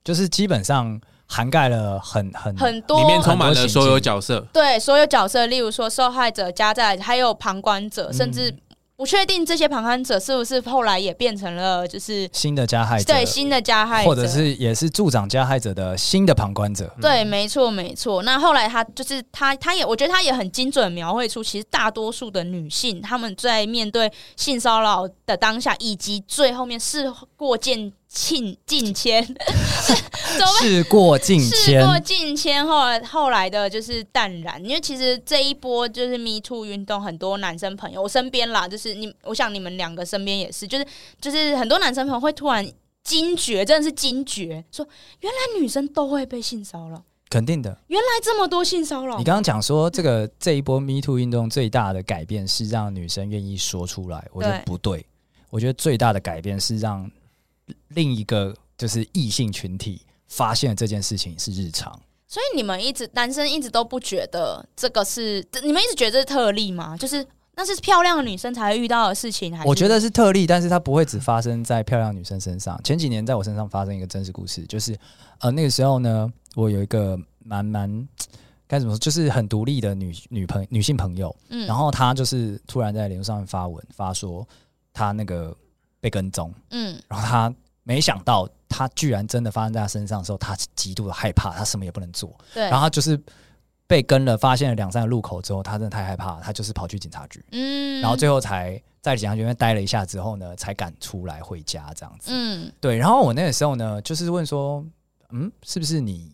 [SPEAKER 2] 就是基本上涵盖了很很
[SPEAKER 1] 很多
[SPEAKER 4] <laughs> 里面充满了所有角色，
[SPEAKER 1] 对所有角色，例如说受害者、加在还有旁观者，
[SPEAKER 2] 嗯
[SPEAKER 1] 甚至不确定这些旁观者是不是后来也变成了就是
[SPEAKER 2] 新的加害者，
[SPEAKER 1] 对新的加害者，
[SPEAKER 2] 或者是也是助长加害者的新的旁观者。
[SPEAKER 1] 对，没错，没错。那后来他就是他，他也我觉得他也很精准描绘出，其实大多数的女性她们在面对性骚扰的当下，以及最后面事过境境境迁，是怎么办？
[SPEAKER 2] 事过境
[SPEAKER 1] 事
[SPEAKER 2] 迁，
[SPEAKER 1] 过境迁，后来后来的就是淡然，因为其实这一波就是 Me Too 运动，很多男生朋友，我身边啦，就是你，我想你们两个身边也是，就是就是很多男生朋友会突然惊觉，真的是惊觉，说原来女生都会被性骚扰。
[SPEAKER 2] 肯定的。
[SPEAKER 1] 原来这么多性骚扰
[SPEAKER 2] 你，刚刚讲说这个这一波 Me Too 运动最大的改变是让女生愿意说出来，我觉得
[SPEAKER 1] 对
[SPEAKER 2] 不对。我觉得最大的改变是让另一个就是异性群体发现这件事情是日常。
[SPEAKER 1] 所以你们一直男生一直都不觉得这个是，你们一直觉得这是特例吗？就是那是漂亮的女生才会遇到的事情，还是
[SPEAKER 2] 我觉得是特例，但是它不会只发生在漂亮女生身上。前几年在我身上发生一个真实故事，就是呃那个时候呢，我有一个蛮蛮该怎么说，就是很独立的女女朋女性朋友，
[SPEAKER 1] 嗯
[SPEAKER 2] 然后她就是突然在脸书上面发文发说她那个被跟踪，
[SPEAKER 1] 嗯
[SPEAKER 2] 然后她没想到她居然真的发生在她身上的时候，她极度的害怕，她什么也不能做，
[SPEAKER 1] 对，
[SPEAKER 2] 然后她就是被跟了，发现了两三个路口之后，她真的太害怕了，她就是跑去警察局。
[SPEAKER 1] 嗯，
[SPEAKER 2] 然后最后才在警察局那边待了一下之后呢，才敢出来回家这样子。
[SPEAKER 1] 嗯
[SPEAKER 2] 对，然后我那个时候呢，就是问说，嗯，是不是你？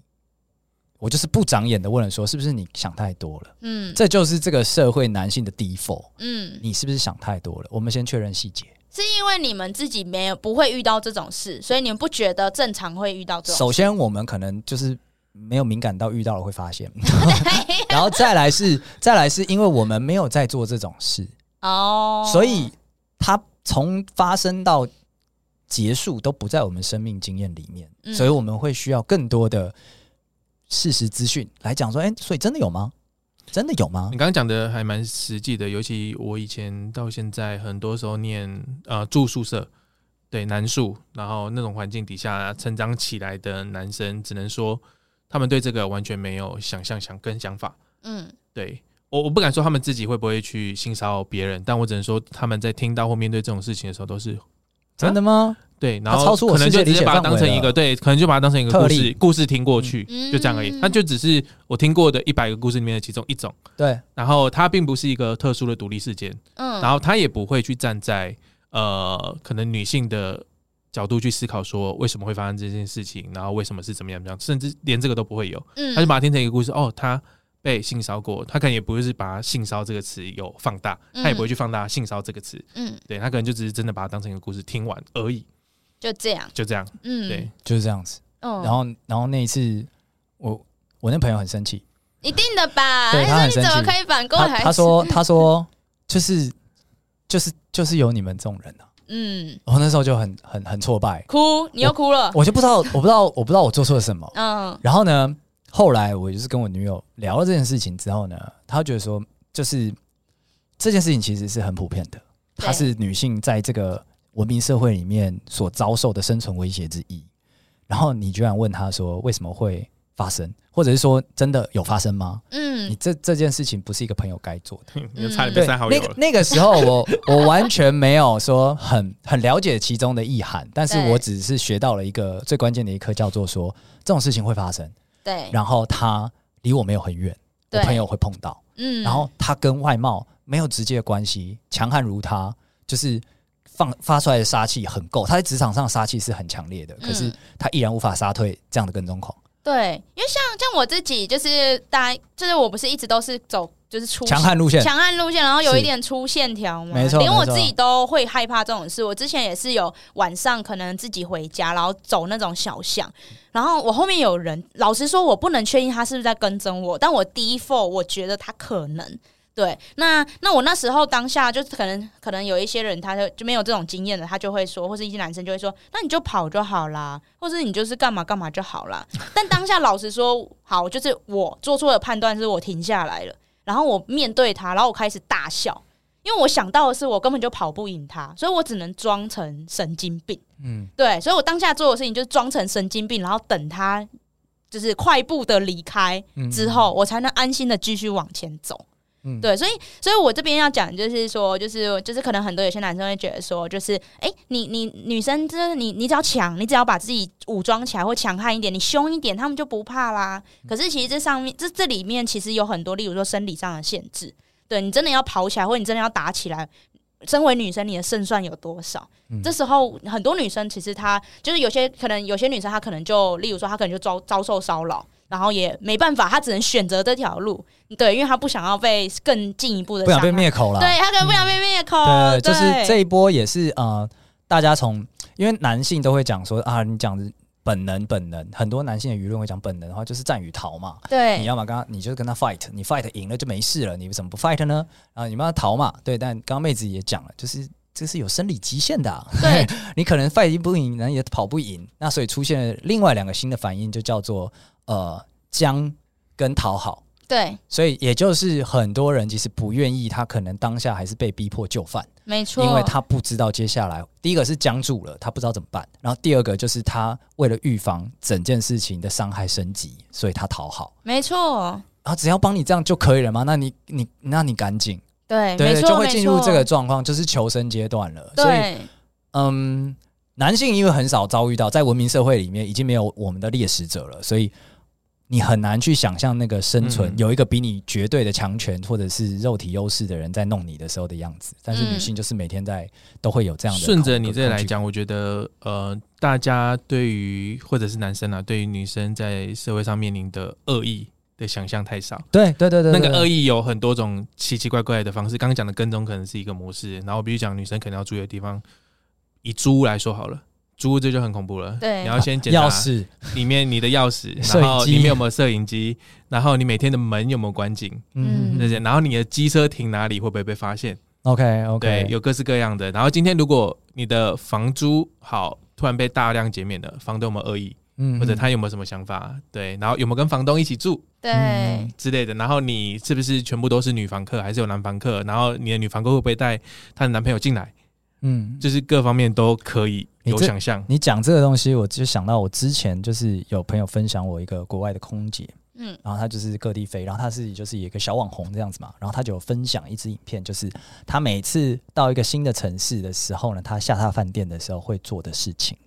[SPEAKER 2] 我就是不长眼的问了说，是不是你想太多了？
[SPEAKER 1] 嗯
[SPEAKER 2] 这就是这个社会男性的 default，
[SPEAKER 1] 嗯，
[SPEAKER 2] 你是不是想太多了？我们先确认细节。
[SPEAKER 1] 是因为你们自己没有不会遇到这种事，所以你们不觉得正常会遇到这种
[SPEAKER 2] 首先，我们可能就是没有敏感到遇到了会
[SPEAKER 1] <laughs>
[SPEAKER 2] 发现， <laughs> 然后再来是再来是因为我们没有在做这种事，
[SPEAKER 1] 哦，
[SPEAKER 2] 所以它从发生到结束都不在我们生命经验里面，
[SPEAKER 1] 嗯
[SPEAKER 2] 所以我们会需要更多的事实资讯来讲说，哎、所以真的有吗？真的有吗
[SPEAKER 4] 你？刚刚讲的还蛮实际的，尤其我以前到现在，很多时候念呃住宿舍，对男宿，然后那种环境底下成长起来的男生，只能说他们对这个完全没有想象、想跟想法。
[SPEAKER 1] 嗯
[SPEAKER 4] 对我，我不敢说他们自己会不会去性骚扰别人，但我只能说他们在听到或面对这种事情的时候，都是
[SPEAKER 2] 真的吗？
[SPEAKER 4] 对，然后
[SPEAKER 2] 超出我
[SPEAKER 4] 可能
[SPEAKER 2] 世界
[SPEAKER 4] 就
[SPEAKER 2] 理
[SPEAKER 4] 直
[SPEAKER 2] 解
[SPEAKER 4] 接把它
[SPEAKER 2] 范
[SPEAKER 4] 当
[SPEAKER 2] 围
[SPEAKER 4] 成一
[SPEAKER 2] 了
[SPEAKER 4] 个对，可能就把它当成一个
[SPEAKER 2] 特
[SPEAKER 4] 故
[SPEAKER 2] 例
[SPEAKER 4] 事故事听过去，
[SPEAKER 1] 嗯
[SPEAKER 4] 就这样而已。它就只是我听过的一百个故事里面的其中一种。
[SPEAKER 2] 对，
[SPEAKER 4] 然后它并不是一个特殊的独立事件，
[SPEAKER 1] 嗯，
[SPEAKER 4] 然后它也不会去站在呃可能女性的角度去思考说为什么会发生这件事情，然后为什么是怎么样怎么样，甚至连这个都不会有，
[SPEAKER 1] 嗯
[SPEAKER 4] 他就把它听成一个故事，哦，他被性骚过，他可能也不会是把“性骚”这个词有放大，他也不会去放大“性骚”这个词，
[SPEAKER 1] 嗯
[SPEAKER 4] 对他可能就只是真的把它当成一个故事听完而已，
[SPEAKER 1] 就这样，
[SPEAKER 4] 就这样，
[SPEAKER 1] 嗯
[SPEAKER 4] 对，，
[SPEAKER 2] 就是这样子。
[SPEAKER 1] 嗯，
[SPEAKER 2] 然后，然后那一次，我我那朋友很生气，
[SPEAKER 1] 一定的吧？
[SPEAKER 2] 对他
[SPEAKER 1] 说
[SPEAKER 2] 很
[SPEAKER 1] 你
[SPEAKER 2] 生
[SPEAKER 1] 怎么
[SPEAKER 2] 气
[SPEAKER 1] 可以反过
[SPEAKER 2] 他
[SPEAKER 1] 来？
[SPEAKER 2] 他说他说就是就是就是有你们这种人啊。
[SPEAKER 1] 嗯，
[SPEAKER 2] 我那时候就很很很挫败，
[SPEAKER 1] 哭，你又哭了，
[SPEAKER 2] 我就不知道我不知道我不知道我做错了什么，
[SPEAKER 1] 嗯
[SPEAKER 2] 然后呢，后来我就是跟我女友聊了这件事情之后呢，她觉得说，就是这件事情其实是很普遍的，
[SPEAKER 1] 对
[SPEAKER 2] 它是女性在这个文明社会里面所遭受的生存威胁之一。然后你居然问她说，为什么会发生，或者是说真的有发生吗？
[SPEAKER 1] 嗯
[SPEAKER 2] 你，这这件事情不是一个朋友该做的。
[SPEAKER 4] 就差点
[SPEAKER 2] 对，
[SPEAKER 4] 被删好
[SPEAKER 2] 那
[SPEAKER 4] 友
[SPEAKER 2] 个
[SPEAKER 4] 了。
[SPEAKER 2] 那个时候我我完全没有说很很了解其中的意涵，但是
[SPEAKER 1] 对
[SPEAKER 2] 我只是学到了一个最关键的一课，叫做说这种事情会发生。
[SPEAKER 1] 对，
[SPEAKER 2] 然后他离我没有很远，我
[SPEAKER 1] 对
[SPEAKER 2] 朋友会碰到，
[SPEAKER 1] 嗯，
[SPEAKER 2] 然后他跟外貌没有直接的关系，强悍如他，就是放发出来的杀气很够，他在职场上的杀气是很强烈的，可是
[SPEAKER 1] 嗯
[SPEAKER 2] 他依然无法杀退这样的跟踪狂。
[SPEAKER 1] 对，因为像像我自己，就是大家，就是我不是一直都是走就是出
[SPEAKER 2] 强悍路线，
[SPEAKER 1] 强悍路线，然后有
[SPEAKER 2] 是
[SPEAKER 1] 一点粗线条嘛，
[SPEAKER 2] 没错
[SPEAKER 1] 连我
[SPEAKER 2] 没错
[SPEAKER 1] 自己都会害怕这种事。我之前也是有晚上可能自己回家，然后走那种小巷，然后我后面有人，老实说，我不能确定他是不是在跟踪我，但我第一 for 我觉得他可能。对，那那我那时候当下就是可能可能有一些人，他就就没有这种经验的，他就会说，或是一些男生就会说，那你就跑就好啦，或是你就是干嘛干嘛就好啦。但当下老实说，好，就是我做错了判断，是我停下来了。然后我面对他，然后我开始大笑，因为我想到的是我根本就跑不赢他，所以我只能装成神经病。
[SPEAKER 2] 嗯，
[SPEAKER 1] 对，所以我当下做的事情就是装成神经病，然后等他就是快步的离开
[SPEAKER 2] 嗯
[SPEAKER 1] 之后，我才能安心的继续往前走。
[SPEAKER 2] 嗯
[SPEAKER 1] 对，所以，所以我这边要讲就是说，就是就是可能很多有些男生会觉得说，就是哎、诶你你女生就是你你只要强，你只要把自己武装起来或强悍一点，你凶一点，他们就不怕啦。可是其实这上面这这里面其实有很多，例如说生理上的限制，对你真的要跑起来，或者你真的要打起来。身为女生，你的胜算有多少？
[SPEAKER 2] 嗯
[SPEAKER 1] 这时候很多女生其实她就是有些可能有些女生她可能就例如说她可能就遭遭受骚扰，然后也没办法，她只能选择这条路，对，因为她不想要被更进一步的
[SPEAKER 2] 不想被
[SPEAKER 1] 伤害
[SPEAKER 2] 灭口了。
[SPEAKER 1] 对他可能不想被灭口，
[SPEAKER 2] 对，
[SPEAKER 1] 对，
[SPEAKER 2] 就是这一波也是呃，大家从因为男性都会讲说啊，你讲的本能本能，很多男性的舆论会讲本能的话，就是战与逃嘛。你
[SPEAKER 1] 对
[SPEAKER 2] 要么跟他，你就是跟他 fight，你 fight 赢了就没事了，你怎么不 fight 呢？然后你帮他逃嘛。对，但刚刚妹子也讲了，就是这是有生理极限的、啊， <laughs>
[SPEAKER 1] 对
[SPEAKER 2] 你可能 fight 不赢，然后也跑不赢，那所以出现了另外两个新的反应，就叫做呃僵跟讨好。
[SPEAKER 1] <laughs> 对，
[SPEAKER 2] 所以也就是很多人其实不愿意，他可能当下还是被逼迫就范。
[SPEAKER 1] 没错，
[SPEAKER 2] 因为他不知道接下来第一个是僵住了，他不知道怎么办，然后第二个就是他为了预防整件事情的伤害升级，所以他讨好。
[SPEAKER 1] 没错，
[SPEAKER 2] 然后只要帮你这样就可以了吗？那你你那你赶紧，
[SPEAKER 1] 对，
[SPEAKER 2] 对
[SPEAKER 1] 哎没
[SPEAKER 2] 对，
[SPEAKER 1] 错，
[SPEAKER 2] 就会进入
[SPEAKER 1] 没错
[SPEAKER 2] 这个状况，就是求生阶段了。所以
[SPEAKER 1] 对
[SPEAKER 2] 嗯，男性因为很少遭遇到，在文明社会里面已经没有我们的猎食者了，所以你很难去想象那个生存、
[SPEAKER 4] 嗯
[SPEAKER 2] 有一个比你绝对的强权或者是肉体优势的人在弄你的时候的样子。但是
[SPEAKER 1] 嗯
[SPEAKER 2] 女性就是每天在都会有这样的
[SPEAKER 4] 顺着
[SPEAKER 2] 恐
[SPEAKER 4] 你
[SPEAKER 2] 恐
[SPEAKER 4] 这来
[SPEAKER 2] 惧
[SPEAKER 4] 讲，我觉得呃，大家对于或者是男生啊，对于女生在社会上面临的恶意的想象太少。
[SPEAKER 2] 对对对对，
[SPEAKER 4] 那个恶
[SPEAKER 2] 意
[SPEAKER 4] 意有很多种奇奇怪怪的方式。刚刚讲的跟踪可能是一个模式，然后比如讲女生可能要注意的地方，以租屋来说好了，租屋这就很恐怖了。
[SPEAKER 1] 对
[SPEAKER 4] 你要先检查
[SPEAKER 2] 钥匙，
[SPEAKER 4] 里面你的钥匙，
[SPEAKER 2] 摄影
[SPEAKER 4] 然后
[SPEAKER 2] 机
[SPEAKER 4] 里面有没有摄影机，然后你每天的门有没有关紧，
[SPEAKER 1] 嗯
[SPEAKER 4] 这些，然后你的机车停哪里会不会被发现？
[SPEAKER 2] ，OK
[SPEAKER 4] 对
[SPEAKER 2] OK，，
[SPEAKER 4] 有各式各样的。然后今天如果你的房租好突然被大量减免了，房东有没有恶意，
[SPEAKER 2] 嗯
[SPEAKER 4] 或者他有没有什么想法？对，然后有没有跟房东一起住？
[SPEAKER 1] 对
[SPEAKER 4] 之类的，然后你是不是全部都是女房客，还是有男房客？然后你的女房客会不会带她的男朋友进来？
[SPEAKER 2] 嗯，
[SPEAKER 4] 就是各方面都可以
[SPEAKER 2] 你
[SPEAKER 4] 有
[SPEAKER 2] 这
[SPEAKER 4] 想象。
[SPEAKER 2] 你讲这个东西，我就想到我之前就是有朋友分享我一个国外的空姐，
[SPEAKER 1] 嗯
[SPEAKER 2] 然后她就是各地飞，然后她自己就是一个小网红这样子嘛，然后她就有分享一支影片，就是她每次到一个新的城市的时候呢，她下榻饭店的时候会做的事情，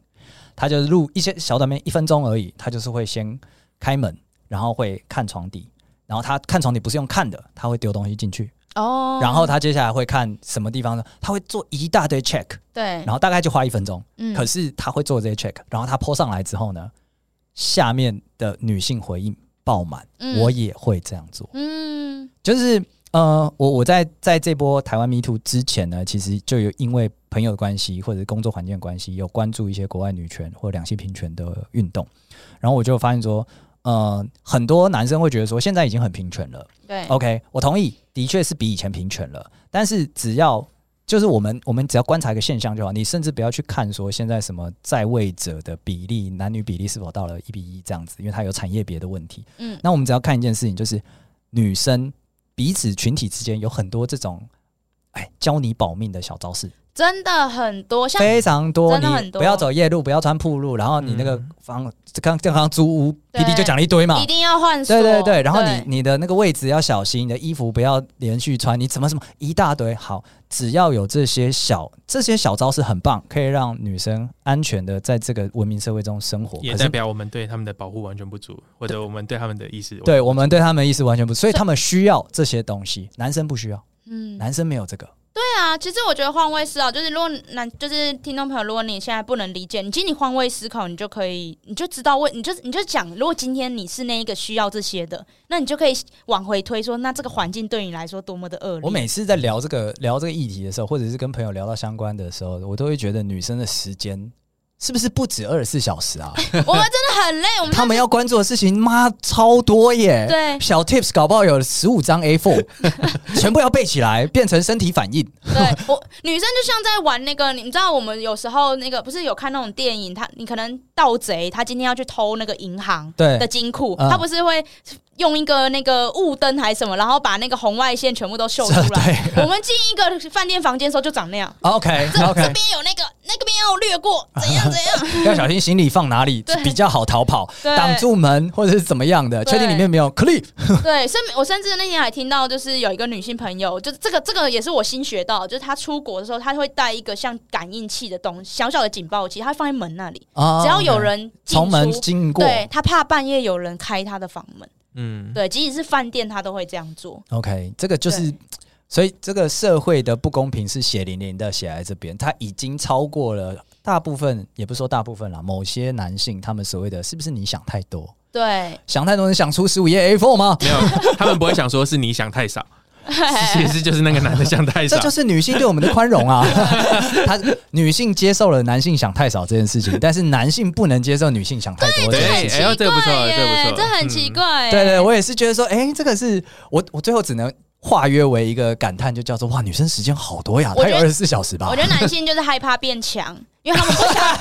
[SPEAKER 2] 她就是录一些小短片，一分钟而已，她就是会先开门，然后会看床底，然后她看床底不是用看的，她会丢东西进去，
[SPEAKER 1] 哦，
[SPEAKER 2] 然后她接下来会看什么地方呢？她会做一大堆 check，
[SPEAKER 1] 对
[SPEAKER 2] 然，后大概就花一分钟。
[SPEAKER 1] 嗯
[SPEAKER 2] 可是他会做这些 check，然后他 po 上来之后呢，下面的女性回应爆满，
[SPEAKER 1] 嗯
[SPEAKER 2] 我也会这样做。
[SPEAKER 1] 嗯
[SPEAKER 2] 就是呃，我我在在这波台湾迷途之前呢，其实就有因为朋友的关系或者是工作环境的关系，有关注一些国外女权或两性平权的运动，然后我就发现说，呃，很多男生会觉得说，现在已经很平权了。
[SPEAKER 1] 对
[SPEAKER 2] OK，我同意，的确是比以前平权了。但是只要就是我们我们只要观察一个现象就好，你甚至不要去看说现在什么在位者的比例、男女比例是否到了一比一这样子，因为它有产业别的问题。
[SPEAKER 1] 嗯
[SPEAKER 2] 那我们只要看一件事情，就是女生彼此群体之间有很多这种。哎，教你保命的小招式
[SPEAKER 1] 真的很多，像
[SPEAKER 2] 非常多，
[SPEAKER 1] 真的很
[SPEAKER 2] 你
[SPEAKER 1] 多
[SPEAKER 2] 不要走夜路，不要穿铺路，然后你那个
[SPEAKER 4] 嗯
[SPEAKER 2] 房刚刚刚租屋
[SPEAKER 1] 对
[SPEAKER 2] P D 就讲了一堆嘛，
[SPEAKER 1] 一定要换锁，
[SPEAKER 2] 对对对，然后你
[SPEAKER 1] 对
[SPEAKER 2] 你的那个位置要小心，你的衣服不要连续穿，你怎么什么一大堆。好，只要有这些小这些小招是很棒，可以让女生安全的在这个文明社会中生活。
[SPEAKER 4] 也
[SPEAKER 2] 可
[SPEAKER 4] 代
[SPEAKER 2] 是
[SPEAKER 4] 表我们对他们的保护完全不足，或者我们对他们的意识，
[SPEAKER 2] 对我们对他们的意思完全不，所以他们需要这些东西，男生不需要，
[SPEAKER 1] 嗯
[SPEAKER 2] 男生没有这个。
[SPEAKER 1] 对对啊，其实我觉得换位思考就是，如果男就是听众朋友，如果你现在不能理解，你其实你换位思考，你就可以，你就知道为，你就你就讲，如果今天你是那一个需要这些的，那你就可以往回推说，那这个环境对你来说多么的恶劣。
[SPEAKER 2] 我每次在聊这个聊这个议题的时候，或者是跟朋友聊到相关的时候，我都会觉得女生的时间是不是不止二十四小
[SPEAKER 1] <laughs>
[SPEAKER 2] 时啊？
[SPEAKER 1] 我们真的很累，我们
[SPEAKER 2] 他们要关注的事情，妈超多耶！
[SPEAKER 1] <laughs> 对
[SPEAKER 2] 小 tips 搞不好有十五
[SPEAKER 1] <laughs>
[SPEAKER 2] 张 A4，全部要背起来，变成身体反应。
[SPEAKER 1] 对我女生就像在玩那个，你们知道我们有时候那个不是有看那种电影，他你可能盗贼，他今天要去偷那个银行
[SPEAKER 2] 对
[SPEAKER 1] 的金库，
[SPEAKER 2] 嗯
[SPEAKER 1] 他不是会用一个那个雾灯还是什么，然后把那个红外线全部都秀出
[SPEAKER 2] 这
[SPEAKER 1] 来。
[SPEAKER 2] <laughs> 对
[SPEAKER 1] 我们进一个饭店房间的时候就长那
[SPEAKER 2] <laughs>
[SPEAKER 1] 样，
[SPEAKER 2] ，OK
[SPEAKER 1] <laughs> 这这
[SPEAKER 2] OK，
[SPEAKER 1] 边有那个，那个边要略过，怎
[SPEAKER 2] <laughs>
[SPEAKER 1] 样怎样？
[SPEAKER 2] 要小心行李放哪里
[SPEAKER 1] 对
[SPEAKER 2] 比较好逃跑，
[SPEAKER 1] 对
[SPEAKER 2] 挡住门或者是怎么样的，
[SPEAKER 1] 对
[SPEAKER 2] 确定里面没有 clip。
[SPEAKER 1] 对，甚我甚至那天还听到，就是有一个女性朋友，就是这个这个也是我新学到，就是她出国的时候，她会带一个像感应器的东西，小小的警报器，她会放在门那里，
[SPEAKER 2] 啊
[SPEAKER 1] 只要有
[SPEAKER 2] OK
[SPEAKER 1] 人进
[SPEAKER 2] 从门
[SPEAKER 1] 出
[SPEAKER 2] 经过，
[SPEAKER 1] 对他怕半夜有人开他的房门，
[SPEAKER 4] 嗯，
[SPEAKER 1] 对，即使是饭店他都会这样做。
[SPEAKER 2] OK，这个就是，所以这个社会的不公平是血淋淋的写在这边，它已经超过了大部分，也不是说大部分啦，某些男性他们所谓的是不是你想太多，
[SPEAKER 1] 对，
[SPEAKER 2] 想太多能想出十五页 A4 吗？
[SPEAKER 4] 没有，他们不会想说是你想太
[SPEAKER 2] <laughs>
[SPEAKER 4] 少，其实就是那个男的想太少
[SPEAKER 1] 啊
[SPEAKER 2] 这，就是女性对我们的宽容啊！ <laughs> 她女性接受了男性想太少这件事情，但是男性不能接受女性想太多这件事
[SPEAKER 4] 对
[SPEAKER 2] 情。
[SPEAKER 4] 哎呦这个不错
[SPEAKER 1] 奇怪
[SPEAKER 4] 这个不
[SPEAKER 1] 耶
[SPEAKER 4] 错嗯
[SPEAKER 1] 这很奇怪耶。
[SPEAKER 2] 对对，我也是觉得说，哎、这个是我我最后只能化约为一个感叹，就叫做哇，女生时间好多呀，
[SPEAKER 1] 我
[SPEAKER 2] 她
[SPEAKER 1] 觉得
[SPEAKER 2] 有二十四小时吧？
[SPEAKER 4] 啊
[SPEAKER 1] 我觉得男性就是害怕变强， <laughs> 因为他们不想，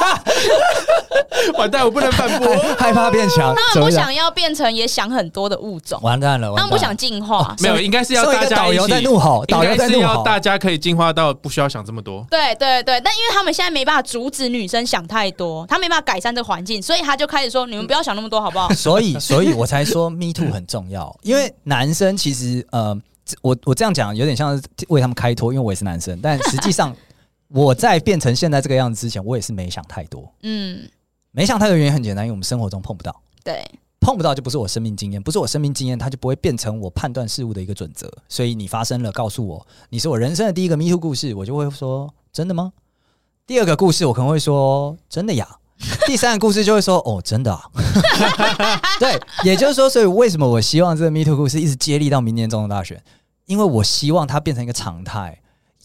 [SPEAKER 4] 完蛋，我不能反
[SPEAKER 2] <laughs>
[SPEAKER 4] 驳。
[SPEAKER 2] 害害怕变强，
[SPEAKER 1] 他
[SPEAKER 2] 怎
[SPEAKER 1] 们
[SPEAKER 2] 么
[SPEAKER 1] 不
[SPEAKER 2] 样
[SPEAKER 1] 想要变成也想很多的物种，
[SPEAKER 2] 完蛋哦了，完
[SPEAKER 1] 他
[SPEAKER 2] 蛋
[SPEAKER 1] 们不想进化。
[SPEAKER 4] 没有，应该是要
[SPEAKER 2] 身为一
[SPEAKER 4] 大
[SPEAKER 2] 个
[SPEAKER 4] 家
[SPEAKER 2] 导游
[SPEAKER 4] 一起
[SPEAKER 2] 在怒吼，导游
[SPEAKER 4] 应该
[SPEAKER 2] 在
[SPEAKER 4] 是
[SPEAKER 2] 怒
[SPEAKER 4] 要
[SPEAKER 2] 吼。？”
[SPEAKER 4] 大家可以进化到不需要想这么多。
[SPEAKER 1] 对对对，但因为他们现在没办法阻止女生想太多，他没办法改善这个环境，所以他就开始说：“你们不要想那么多，好不好
[SPEAKER 2] <laughs> 所以，所以我才说 Me Too 很重要，因为男生其实呃，这我我这样讲有点像是为他们开脱，因为我也是男生，但实际上我在变成现在这个样子之前，我也是没想太多。
[SPEAKER 1] 嗯，
[SPEAKER 2] 没想太多的原因很简单，因为我们生活中碰不到，
[SPEAKER 1] 对，
[SPEAKER 2] 碰不到就不是我生命经验，不是我生命经验，它就不会变成我判断事物的一个准则。所以你发生了，告诉我你是我人生的第一个 Me Too 故事，我就会说真的吗？第二个故事我可能会说真的呀， <laughs> 第三个故事就会说哦真的啊。 <laughs> 对，也就是说，所以为什么我希望这个 Me Too 故事一直接力到明年总统大选？因为我希望它变成一个常态。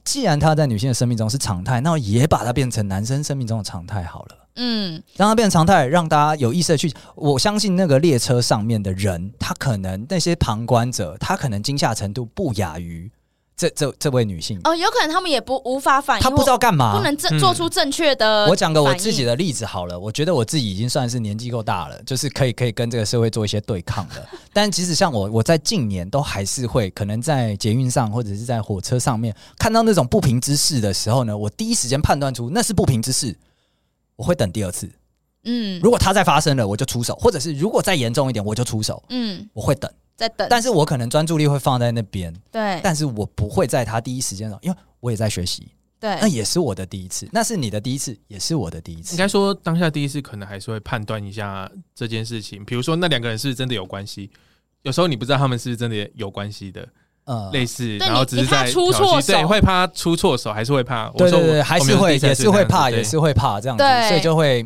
[SPEAKER 2] 既然它在女性的生命中是常态，那我也把它变成男生生命中的常态好了。
[SPEAKER 1] 嗯，
[SPEAKER 2] 让它变成常态，让大家有意识的去。我相信那个列车上面的人，他可能那些旁观者，他可能惊吓程度不亚于这这这位女性，
[SPEAKER 1] 哦，有可能他们也不无法反应，哦
[SPEAKER 2] 她不知道干嘛
[SPEAKER 1] 不。能正
[SPEAKER 4] 嗯
[SPEAKER 1] 做出正确的。
[SPEAKER 2] 我讲个我自己
[SPEAKER 1] 的，
[SPEAKER 2] 的例子好了，我觉得我自己已经算是年纪够大了，就是可以可以跟这个社会做一些对抗
[SPEAKER 1] <laughs>
[SPEAKER 2] 的。但即使像我，我在近年都还是会，可能在捷运上或者是在火车上面看到那种不平之事的时候呢，我第一时间判断出那是不平之事，我会等第二次。
[SPEAKER 1] 嗯
[SPEAKER 2] 如果它再发生了，我就出手；或者是如果再严重一点，我就出手。
[SPEAKER 1] 嗯，
[SPEAKER 2] 我会等，
[SPEAKER 1] 在等，
[SPEAKER 2] 但是我可能专注力会放在那边，
[SPEAKER 1] 对
[SPEAKER 2] 但是我不会在它第一时间上，因为我也在学习，那
[SPEAKER 1] 对
[SPEAKER 2] 也是我的第一次，那是你的第一次，也是我的第一
[SPEAKER 4] 应
[SPEAKER 2] 次。
[SPEAKER 4] 该说，当下第一次可能还是会判断一下这件事情，比如说那两个人是不是真的有关系，有时候你不知道他们是不是真的有关系的，
[SPEAKER 2] 嗯
[SPEAKER 4] 类似，
[SPEAKER 1] 对
[SPEAKER 4] 然后
[SPEAKER 1] 你
[SPEAKER 4] 只是
[SPEAKER 1] 你怕
[SPEAKER 4] 在
[SPEAKER 1] 出
[SPEAKER 4] 挑
[SPEAKER 1] 错
[SPEAKER 4] 衅对，
[SPEAKER 1] 手
[SPEAKER 4] 会怕出错手，还是会怕，我
[SPEAKER 2] 对
[SPEAKER 4] 说
[SPEAKER 2] 对
[SPEAKER 4] 我
[SPEAKER 2] 对，还是
[SPEAKER 4] 我们
[SPEAKER 2] 会
[SPEAKER 4] 第三
[SPEAKER 2] 也
[SPEAKER 4] 次
[SPEAKER 2] 是
[SPEAKER 4] 这
[SPEAKER 2] 会
[SPEAKER 4] 样子
[SPEAKER 2] 怕，
[SPEAKER 4] 对
[SPEAKER 2] 也是会怕这样子，
[SPEAKER 1] 对
[SPEAKER 2] 所以就会，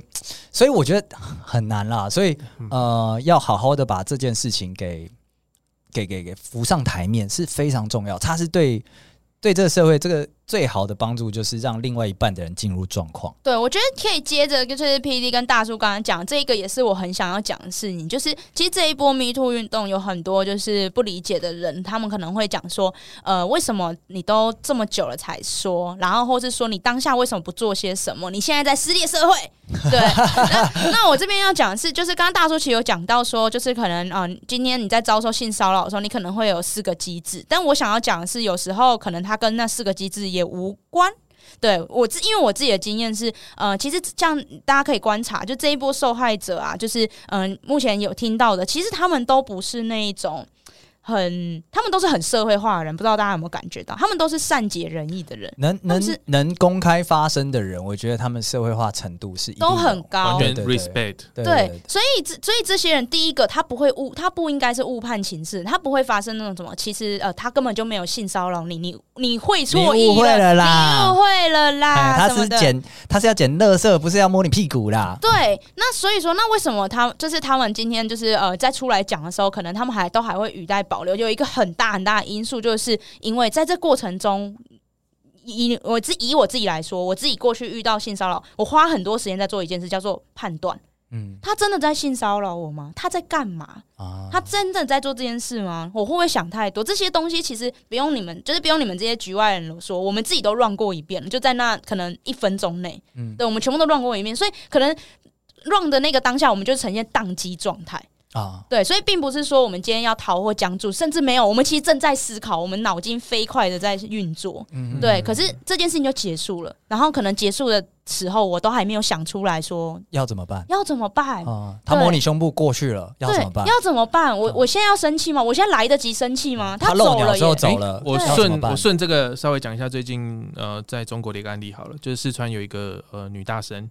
[SPEAKER 2] 所以我觉得很难啦。所以
[SPEAKER 4] 嗯
[SPEAKER 2] 呃，要好好的把这件事情给给给给浮上台面是非常重要，它是对对这个社会这个最好的帮助，就是让另外一半的人进入状况。
[SPEAKER 1] 对，我觉得可以接着就是 P D 跟大叔刚刚讲这个，也是我很想要讲的事情，就是其实这一波 Me Too 运动有很多就是不理解的人，他们可能会讲说，呃，为什么你都这么久了才说，然后或是说你当下为什么不做些什么？你现在在撕裂社会，对，那那我这边要讲的是，就是刚刚大叔其实有讲到说，就是可能嗯、呃今天你在遭受性骚扰的时候，你可能会有四个机制，但我想要讲的是，有时候可能它跟那四个机制也无关。对我自，因为我自己的经验是，呃，其实像大家可以观察，就这一波受害者啊，就是嗯、呃目前有听到的，其实他们都不是那一种很，他们都是很社会化的人，不知道大家有没有感觉到，他们都是善解人意的人，
[SPEAKER 2] 能
[SPEAKER 1] 们
[SPEAKER 2] 能
[SPEAKER 1] 是
[SPEAKER 2] 能公开发声的人，我觉得他们社会化程度是一定
[SPEAKER 1] 都
[SPEAKER 2] 有
[SPEAKER 1] 很高
[SPEAKER 4] 完。全
[SPEAKER 2] 对对对
[SPEAKER 4] respect。
[SPEAKER 2] 对
[SPEAKER 1] 对，所以这所以这些人，第一个他不会误，他不应该是误判情势，他不会发生那种什么，其实呃，他根本就没有性骚扰你，你你会错意
[SPEAKER 2] 你误会了啦
[SPEAKER 1] 你误会了
[SPEAKER 2] 哎
[SPEAKER 1] 啦，
[SPEAKER 2] 他
[SPEAKER 1] 什么
[SPEAKER 2] 是
[SPEAKER 1] 的
[SPEAKER 2] 捡，他是要捡垃圾，不是要摸你屁股啦。
[SPEAKER 1] 对，那所以说，那为什么他就是他们今天就是呃，在出来讲的时候，可能他们还都还会语带保留，有一个很大很大的因素，就是因为在这过程中。以以我自以我自己来说，我自己过去遇到性骚扰，我花很多时间在做一件事，叫做判断，
[SPEAKER 2] 嗯
[SPEAKER 1] 他真的在性骚扰我吗？他在干嘛？
[SPEAKER 2] 啊，
[SPEAKER 1] 他真的在做这件事吗？我会不会想太多？这些东西其实不用你们，就是不用你们这些局外人说，我们自己都乱过一遍了，就在那可能一分钟内，
[SPEAKER 2] 嗯
[SPEAKER 1] 对，我们全部都乱过一遍，所以可能乱的那个当下，我们就呈现宕机状态。
[SPEAKER 2] 啊，
[SPEAKER 1] 对，所以并不是说我们今天要逃或僵住，甚至没有，我们其实正在思考，我们脑筋飞快的在运作。
[SPEAKER 2] 嗯
[SPEAKER 1] 对，可是这件事情就结束了，然后可能结束的时候，我都还没有想出来说
[SPEAKER 2] 要怎么办
[SPEAKER 1] 要怎么办。
[SPEAKER 2] 啊？他
[SPEAKER 1] 对
[SPEAKER 2] 摸你胸部过去了，要
[SPEAKER 1] 对
[SPEAKER 2] 怎么办，？
[SPEAKER 1] 要怎么办？我
[SPEAKER 2] 嗯
[SPEAKER 1] 我现在要生气吗？我现在来得及生气吗？
[SPEAKER 2] 漏
[SPEAKER 1] 走
[SPEAKER 2] 鸟
[SPEAKER 1] 了
[SPEAKER 2] 之后
[SPEAKER 1] 耶，
[SPEAKER 2] 走
[SPEAKER 4] 诶
[SPEAKER 2] 了，
[SPEAKER 4] 我
[SPEAKER 1] 对
[SPEAKER 2] 要怎么
[SPEAKER 4] 顺
[SPEAKER 2] 办
[SPEAKER 4] 我顺这个稍微讲一下最近呃在中国的一个案例好了，就是四川有一个呃女大生，
[SPEAKER 2] 嗯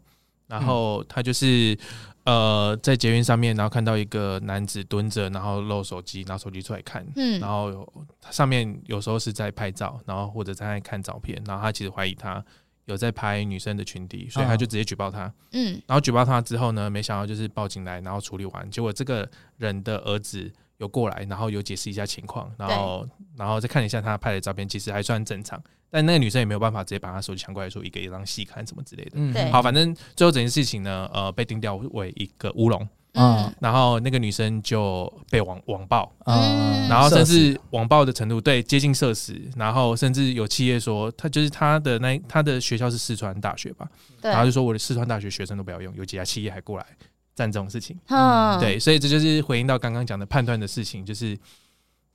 [SPEAKER 4] 然后她就是呃在捷运上面，然后看到一个男子蹲着，然后露手机，拿手机出来看，
[SPEAKER 1] 嗯
[SPEAKER 4] 然后有上面有时候是在拍照，然后或者在看照片，然后她其实怀疑她有在拍女生的裙底，所以她就直接举报她。
[SPEAKER 1] 嗯
[SPEAKER 4] 然后举报他之后呢，没想到就是报警来，然后处理完，结果这个人的儿子有过来，然后有解释一下情况，然后然后再看一下他拍的照片，其实还算正常，但那个女生也没有办法直接把他手机抢过来说一个一张细看什么之类的。
[SPEAKER 2] 嗯
[SPEAKER 1] 对
[SPEAKER 4] 好，反正最后整件事情呢，呃，被定调为一个乌龙，
[SPEAKER 1] 嗯
[SPEAKER 2] 嗯
[SPEAKER 4] 然后那个女生就被网网暴，
[SPEAKER 1] 嗯
[SPEAKER 4] 然后甚
[SPEAKER 2] 社
[SPEAKER 4] 至网暴的程度，对，接近社死，然后甚至有企业说，他就是他的那他的学校是四川大学吧，
[SPEAKER 1] 对
[SPEAKER 4] 然后就说我的四川大学学生都不要用，有几家企业还过来赞这种事情。
[SPEAKER 1] 嗯，
[SPEAKER 4] 对，所以这就是回应到刚刚讲的判断的事情，就是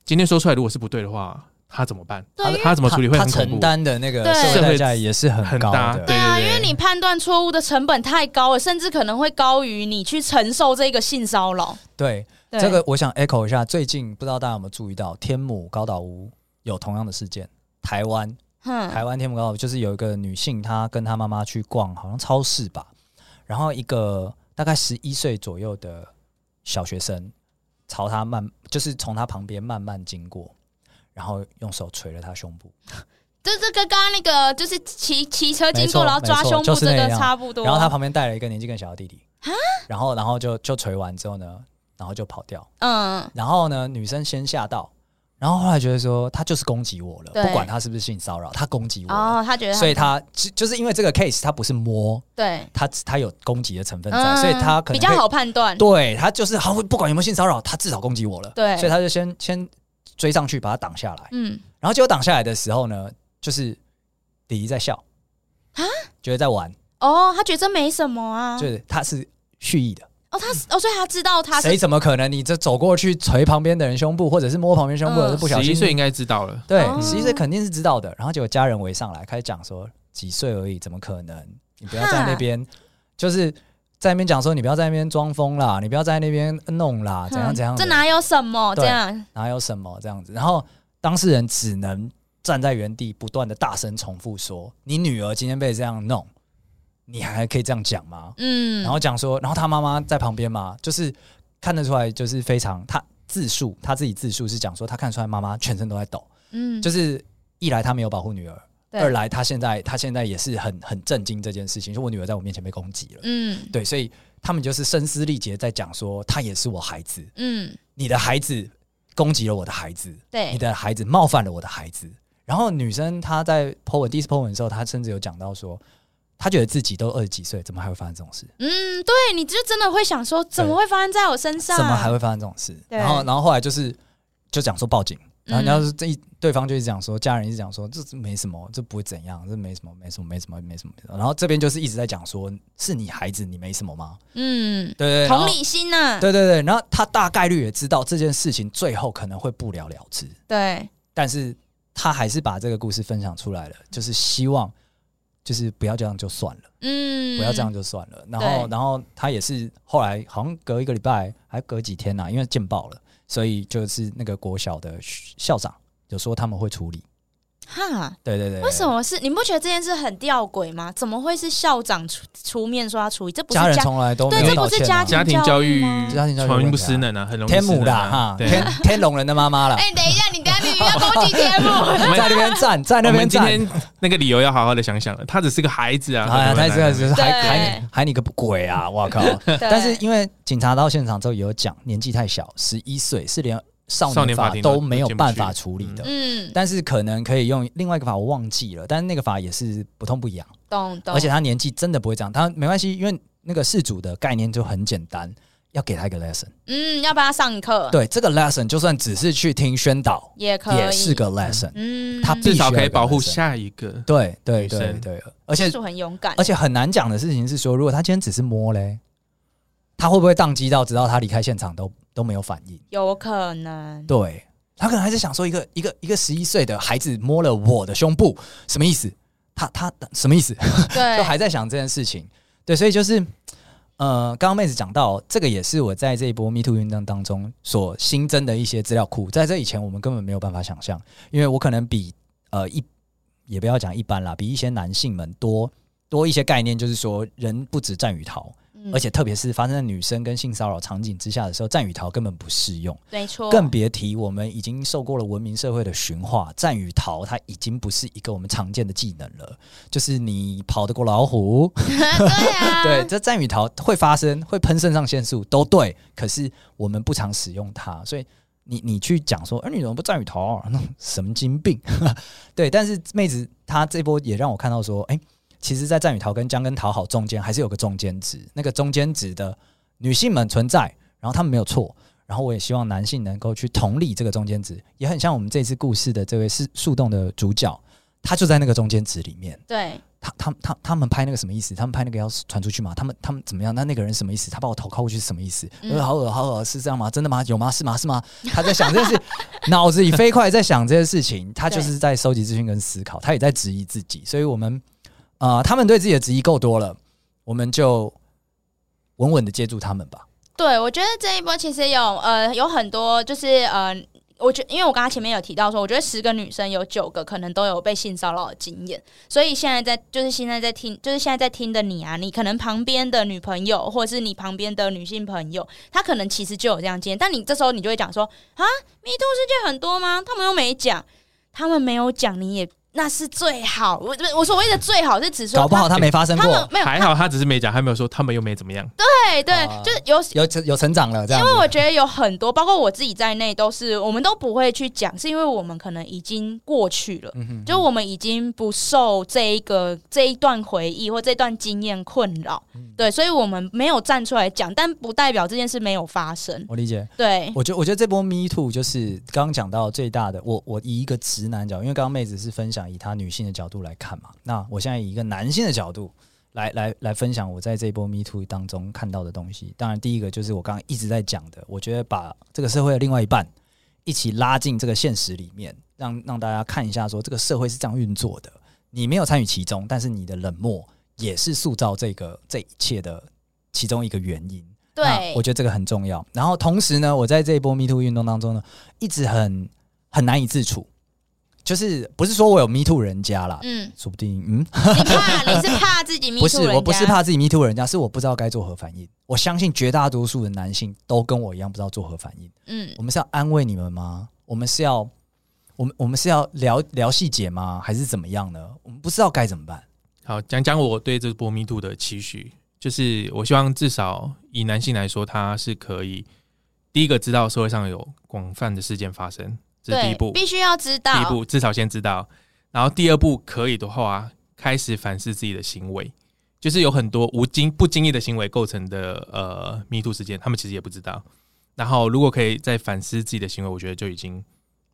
[SPEAKER 4] 今天说出来如果是不对的话，他怎么办？
[SPEAKER 1] 对
[SPEAKER 4] 他
[SPEAKER 1] 因为
[SPEAKER 4] 他怎么处理会
[SPEAKER 2] 他
[SPEAKER 4] 很
[SPEAKER 2] 他
[SPEAKER 4] 恐
[SPEAKER 2] 承
[SPEAKER 4] 怖？
[SPEAKER 2] 担的那个
[SPEAKER 1] 对
[SPEAKER 2] 社
[SPEAKER 1] 社
[SPEAKER 2] 会
[SPEAKER 4] 会
[SPEAKER 2] 代价也是很
[SPEAKER 4] 很
[SPEAKER 2] 高
[SPEAKER 4] 大
[SPEAKER 2] 的，
[SPEAKER 4] 对
[SPEAKER 1] 对啊，因
[SPEAKER 4] 对
[SPEAKER 1] 为你判断错误的成本太高了，甚至可能会高于你去承受这个性骚扰。
[SPEAKER 2] 对，
[SPEAKER 1] 对
[SPEAKER 2] 这个我想 echo 一下，最近不知道大家有没有注意到，天母高岛屋有同样的事件。台湾，
[SPEAKER 1] 嗯
[SPEAKER 2] 台湾天母高岛屋就是有一个女性，她跟她妈妈去逛，好像超市吧，然后一个大概十一岁左右的小学生，朝她慢，就是从她旁边慢慢经过，然后用手捶了她胸部，
[SPEAKER 1] 这这跟刚刚那个就是骑骑车经过
[SPEAKER 2] 没错
[SPEAKER 1] 然后抓
[SPEAKER 2] 没错
[SPEAKER 1] 胸部
[SPEAKER 2] 就是
[SPEAKER 1] 这
[SPEAKER 2] 那
[SPEAKER 1] 个
[SPEAKER 2] 样
[SPEAKER 1] 差不多，啊
[SPEAKER 2] 然后她旁边带了一个年纪更小的弟弟，然后然后就就捶完之后呢，然后就跑掉。
[SPEAKER 1] 嗯
[SPEAKER 2] 然后呢，女生先吓到，然后后来觉得说他就是攻击我了，
[SPEAKER 1] 对
[SPEAKER 2] 不管他是不是性骚扰，他攻击我了，
[SPEAKER 1] 哦，他觉得
[SPEAKER 2] 嗯所以他就就是因为这个 case，他不是摸，
[SPEAKER 1] 对，
[SPEAKER 2] 他他有攻击的成分在，
[SPEAKER 1] 嗯
[SPEAKER 2] 所以他可能
[SPEAKER 1] 比较
[SPEAKER 2] 会，
[SPEAKER 1] 好判断。
[SPEAKER 2] 对他就是他会不管有没有性骚扰，他至少攻击我了，
[SPEAKER 1] 对
[SPEAKER 2] 所以他就先先追上去把他挡下来，
[SPEAKER 1] 嗯，
[SPEAKER 2] 然后结果挡下来的时候呢，就是弟弟在笑
[SPEAKER 1] 啊，
[SPEAKER 2] 觉得在玩，
[SPEAKER 1] 哦，他觉得这没什么啊
[SPEAKER 2] 就。是他是蓄意的。
[SPEAKER 1] 哦，他是哦，所以他知道他是
[SPEAKER 2] 谁怎么可能？你这走过去捶旁边的人胸部，或者是摸旁边胸
[SPEAKER 1] 嗯
[SPEAKER 2] 部，或者是不小
[SPEAKER 4] 十一
[SPEAKER 2] 心
[SPEAKER 4] 岁应该知道了，
[SPEAKER 2] 对
[SPEAKER 1] 哦，
[SPEAKER 2] 十一岁肯定是知道的。然后结果家人围上来，开始讲说几岁而已，怎么可能？你不要在那边，就是在那边讲说你不要在那边装疯啦，你不要在那边弄啦，啊怎样
[SPEAKER 1] 嗯
[SPEAKER 2] 怎样的，
[SPEAKER 1] 这哪有什么这
[SPEAKER 2] 对
[SPEAKER 1] 样？
[SPEAKER 2] 哪有什么这样子？然后当事人只能站在原地，不断的大声重复说：“你女儿今天被这样弄，你还可以这样讲吗？”
[SPEAKER 1] 嗯，
[SPEAKER 2] 然后讲说，然后他妈妈在旁边嘛，就是看得出来，就是非常他自述他自己自述是讲说，他看出来妈妈全身都在抖，
[SPEAKER 1] 嗯，
[SPEAKER 2] 就是一来他没有保护女儿，
[SPEAKER 1] 对
[SPEAKER 2] 二来他现在他现在也是很很震惊这件事情，说我女儿在我面前被攻击了，
[SPEAKER 1] 嗯
[SPEAKER 2] 对，所以他们就是声嘶力竭在讲说，她也是我孩子，
[SPEAKER 1] 嗯，
[SPEAKER 2] 你的孩子攻击了我的孩子，你
[SPEAKER 1] 对，
[SPEAKER 2] 的孩子冒犯了我的孩子。然后女生她在 po 文第一次 po 文的时候，她甚至有讲到说，她觉得自己都二十几岁，怎么还会发生这种事？
[SPEAKER 1] 嗯，对，你就真的会想说，怎么会发生在我身上？
[SPEAKER 2] 怎么还会发生这种事？
[SPEAKER 1] 对
[SPEAKER 2] 然后，然后后来就是就讲说报警，然后
[SPEAKER 1] 嗯
[SPEAKER 2] 人家是这一对方就一直讲说，家人一直讲说这这没什么，这不会怎样，这没什么，没什么，没什么，没什么。没什么然后这边就是一直在讲说，是你孩子，你没什么吗？
[SPEAKER 1] 嗯，
[SPEAKER 2] 对对对，
[SPEAKER 1] 同
[SPEAKER 2] 然后
[SPEAKER 1] 理心啊呐、
[SPEAKER 2] 对对对，然后他大概率也知道这件事情最后可能会不了了之，
[SPEAKER 1] 对
[SPEAKER 2] 但是他还是把这个故事分享出来了，就是希望就是不要这样就算了。
[SPEAKER 1] 嗯，
[SPEAKER 2] 不要这样就算了。然
[SPEAKER 1] 对
[SPEAKER 2] 啊后，然后他也是后来好像隔一个礼拜，还隔几天呐、因为见报了，所以就是那个国小的校长有说他们会处理。
[SPEAKER 1] 哈，
[SPEAKER 2] 对对对，
[SPEAKER 1] 为什么是？你不觉得这件事很吊诡吗？怎么会是校长出出面说他处理？这不是
[SPEAKER 2] 家人
[SPEAKER 1] 家
[SPEAKER 2] 从来都没
[SPEAKER 1] 对，
[SPEAKER 2] 有
[SPEAKER 1] 这
[SPEAKER 2] 道
[SPEAKER 1] 不是
[SPEAKER 2] 歉啊、
[SPEAKER 1] 家
[SPEAKER 4] 家庭
[SPEAKER 1] 庭
[SPEAKER 4] 教育
[SPEAKER 1] 育吗？
[SPEAKER 2] 家庭教育
[SPEAKER 4] 全
[SPEAKER 2] 问
[SPEAKER 4] 不
[SPEAKER 2] 题啊
[SPEAKER 4] 失能啊，很容易
[SPEAKER 2] 天母
[SPEAKER 4] 失能
[SPEAKER 2] 啦
[SPEAKER 4] 啊
[SPEAKER 2] 哈，
[SPEAKER 4] 对，
[SPEAKER 2] 天天龙人的妈妈啦，
[SPEAKER 1] 哎、等一下，你等一下你不要攻击节目。
[SPEAKER 4] <laughs>
[SPEAKER 2] <laughs>
[SPEAKER 4] 我们
[SPEAKER 2] 在那边站，在
[SPEAKER 4] 我
[SPEAKER 2] 那边
[SPEAKER 4] 们今
[SPEAKER 2] 站。
[SPEAKER 4] 天那个理由要好好的想想了，他只是个孩子啊，
[SPEAKER 2] 啊，他这个就是
[SPEAKER 1] 对
[SPEAKER 2] 还还你还你个鬼啊！我靠！但是因为警察到现场之后也有讲，年纪太小，十一岁是连
[SPEAKER 4] 少
[SPEAKER 2] 少
[SPEAKER 4] 年
[SPEAKER 2] 年
[SPEAKER 4] 法
[SPEAKER 2] 法
[SPEAKER 4] 庭
[SPEAKER 2] 都没有
[SPEAKER 4] 进不
[SPEAKER 2] 办
[SPEAKER 4] 去
[SPEAKER 2] 法处理的。
[SPEAKER 1] 嗯，
[SPEAKER 2] 但是可能可以用另外一个法，我忘记了，但是那个法也是不痛不痒，
[SPEAKER 1] 懂懂。
[SPEAKER 2] 而且他年纪真的不会这样，他没关系，因为那个事主的概念就很简单，要给他一个 lesson。
[SPEAKER 1] 嗯，要不要上课？，
[SPEAKER 2] 对，这个 lesson 就算只是去听宣导，
[SPEAKER 1] 也可以。
[SPEAKER 2] 也是个 lesson。
[SPEAKER 1] 嗯，
[SPEAKER 2] 他必
[SPEAKER 4] 至少
[SPEAKER 2] 须要
[SPEAKER 4] 可以
[SPEAKER 2] 有个
[SPEAKER 4] 保护
[SPEAKER 2] 本身
[SPEAKER 4] 下一个。
[SPEAKER 2] 对对
[SPEAKER 4] 女
[SPEAKER 2] 对
[SPEAKER 4] 生
[SPEAKER 2] 对，而且
[SPEAKER 1] 叔很勇敢，
[SPEAKER 2] 而且很难讲的事情是说，如果他今天只是摸嘞，他会不会宕机到直到他离开现场都都没有反应？
[SPEAKER 1] 有可能。
[SPEAKER 2] 对他可能还是想说一个一个一个十一岁的孩子摸了我的胸部，什么意思？他他什么意思？
[SPEAKER 1] 对，
[SPEAKER 2] 就还在想这件事情。对，所以就是，呃，刚刚妹子讲到，这个也是我在这一波 Me Too 运动当中所新增的一些资料库，在这以前我们根本没有办法想象，因为我可能比呃一也不要讲一般啦，比一些男性们多多一些概念，就是说人不止战与逃，
[SPEAKER 1] 嗯
[SPEAKER 2] 而且特别是发生在女生跟性骚扰场景之下的时候，战与逃根本不适用。
[SPEAKER 1] 没错，
[SPEAKER 2] 更别提我们已经受过了文明社会的驯化，战与逃它已经不是一个我们常见的技能了。就是你跑得过老虎，
[SPEAKER 1] <laughs> 对啊，
[SPEAKER 2] <laughs> 对，这战与逃会发生，会喷肾上腺素都对，可是我们不常使用它，所以你你去讲说，哎、你怎么不战与逃、啊？那种神经病， <laughs> 对。但是妹子她这波也让我看到说，哎、其实，在战与逃跟将跟讨好中间还是有个中间值，那个中间值的女性们存在，然后她们没有错。然后我也希望男性能够去同理这个中间值，也很像我们这次故事的这位是树洞的主角，他就在那个中间值里面。
[SPEAKER 1] 对，
[SPEAKER 2] 他他他他们拍那个什么意思？他们拍那个要传出去吗？他们他们怎么样？那那个人什么意思？他把我头靠过去是什么意思？
[SPEAKER 1] 嗯
[SPEAKER 2] 呃，好恶好恶，是这样吗？真的吗？有吗？是吗？是吗？ <laughs> 他在想这件事，脑子里飞快在想这些事情，他就是在收集资讯跟思考，他也在质疑自己。所以我们啊、呃他们对自己的质疑够多了，我们就稳稳的接住他们吧。
[SPEAKER 1] 对，我觉得这一波其实有呃有很多就是呃。我觉因为我刚刚前面有提到说，我觉得十个女生有九个可能都有被性骚扰的经验，所以现在在就是现在在听，就是现在在听的你啊，你可能旁边的女朋友或者是你旁边的女性朋友，她可能其实就有这样经验，但你这时候你就会讲说啊，迷途世界很多吗？他们又没讲，他们没有讲，你也那是最好。我我所谓的最好是指说，
[SPEAKER 2] 搞不好他没发生
[SPEAKER 1] 他们
[SPEAKER 2] 过，
[SPEAKER 1] 没有
[SPEAKER 4] 还好他只是没讲，他没有说他们又没怎么样。
[SPEAKER 1] 对对，
[SPEAKER 2] 啊
[SPEAKER 1] 就是有
[SPEAKER 2] 有成有成长了这样
[SPEAKER 1] 因
[SPEAKER 2] 子
[SPEAKER 1] 为。我觉得有很多，包括我自己在内，都是我们都不会去讲，是因为我们可能已经过去了，
[SPEAKER 2] 嗯哼
[SPEAKER 1] 就我们已经不受这一个这一段回忆或这段经验困扰，
[SPEAKER 2] 嗯
[SPEAKER 1] 对，所以我们没有站出来讲，但不代表这件事没有发生，
[SPEAKER 2] 我理解。
[SPEAKER 1] 对，
[SPEAKER 2] 哦我觉得我觉得这波 Me Too 就是刚刚讲到最大的，我我以一个直男角，因为刚刚妹子是分享以她女性的角度来看嘛，那我现在以一个男性的角度来来来分享我在这波 Me Too 当中看到的东西。当然，第一个就是我刚刚一直在讲的，我觉得把这个社会的另外一半一起拉进这个现实里面，让让大家看一下说这个社会是这样运作的。你没有参与其中，但是你的冷漠也是塑造这个这一切的其中一个原因。那
[SPEAKER 1] 对
[SPEAKER 2] 我，觉得这个很重要。然后同时呢，我在这一波 Me Too 运动当中呢，一直很很难以自处，就是不是说我有 Me Too 人家啦，
[SPEAKER 1] 嗯，
[SPEAKER 2] 说不定嗯，
[SPEAKER 1] 你怕你是怕
[SPEAKER 2] <laughs>
[SPEAKER 1] 自己迷
[SPEAKER 2] 不是
[SPEAKER 1] 住，人
[SPEAKER 2] 我不是
[SPEAKER 1] 家，
[SPEAKER 2] 怕自己 Me Too 人家，是我不知道该做何反应。我相信绝大多数的男性都跟我一样不知道做何反应。
[SPEAKER 1] 嗯，
[SPEAKER 2] 我们是要安慰你们吗？我们是要我们我们是要聊聊细节吗？还是怎么样呢？我们不知道该怎么办。
[SPEAKER 4] 好，讲讲我对这波密度的期许，就是我希望至少以男性来说，他是可以第一个知道社会上有广泛的事件发生，这是第一
[SPEAKER 1] 对
[SPEAKER 4] 步，。
[SPEAKER 1] 必须要知
[SPEAKER 4] 第一
[SPEAKER 1] 道，
[SPEAKER 4] 步至少先知道，然后第二步可以的话，开始反思自己的行为，就是有很多无经不经意的行为构成的呃迷途事件，他们其实也不知道。然后如果可以再反思自己的行为，我觉得就已经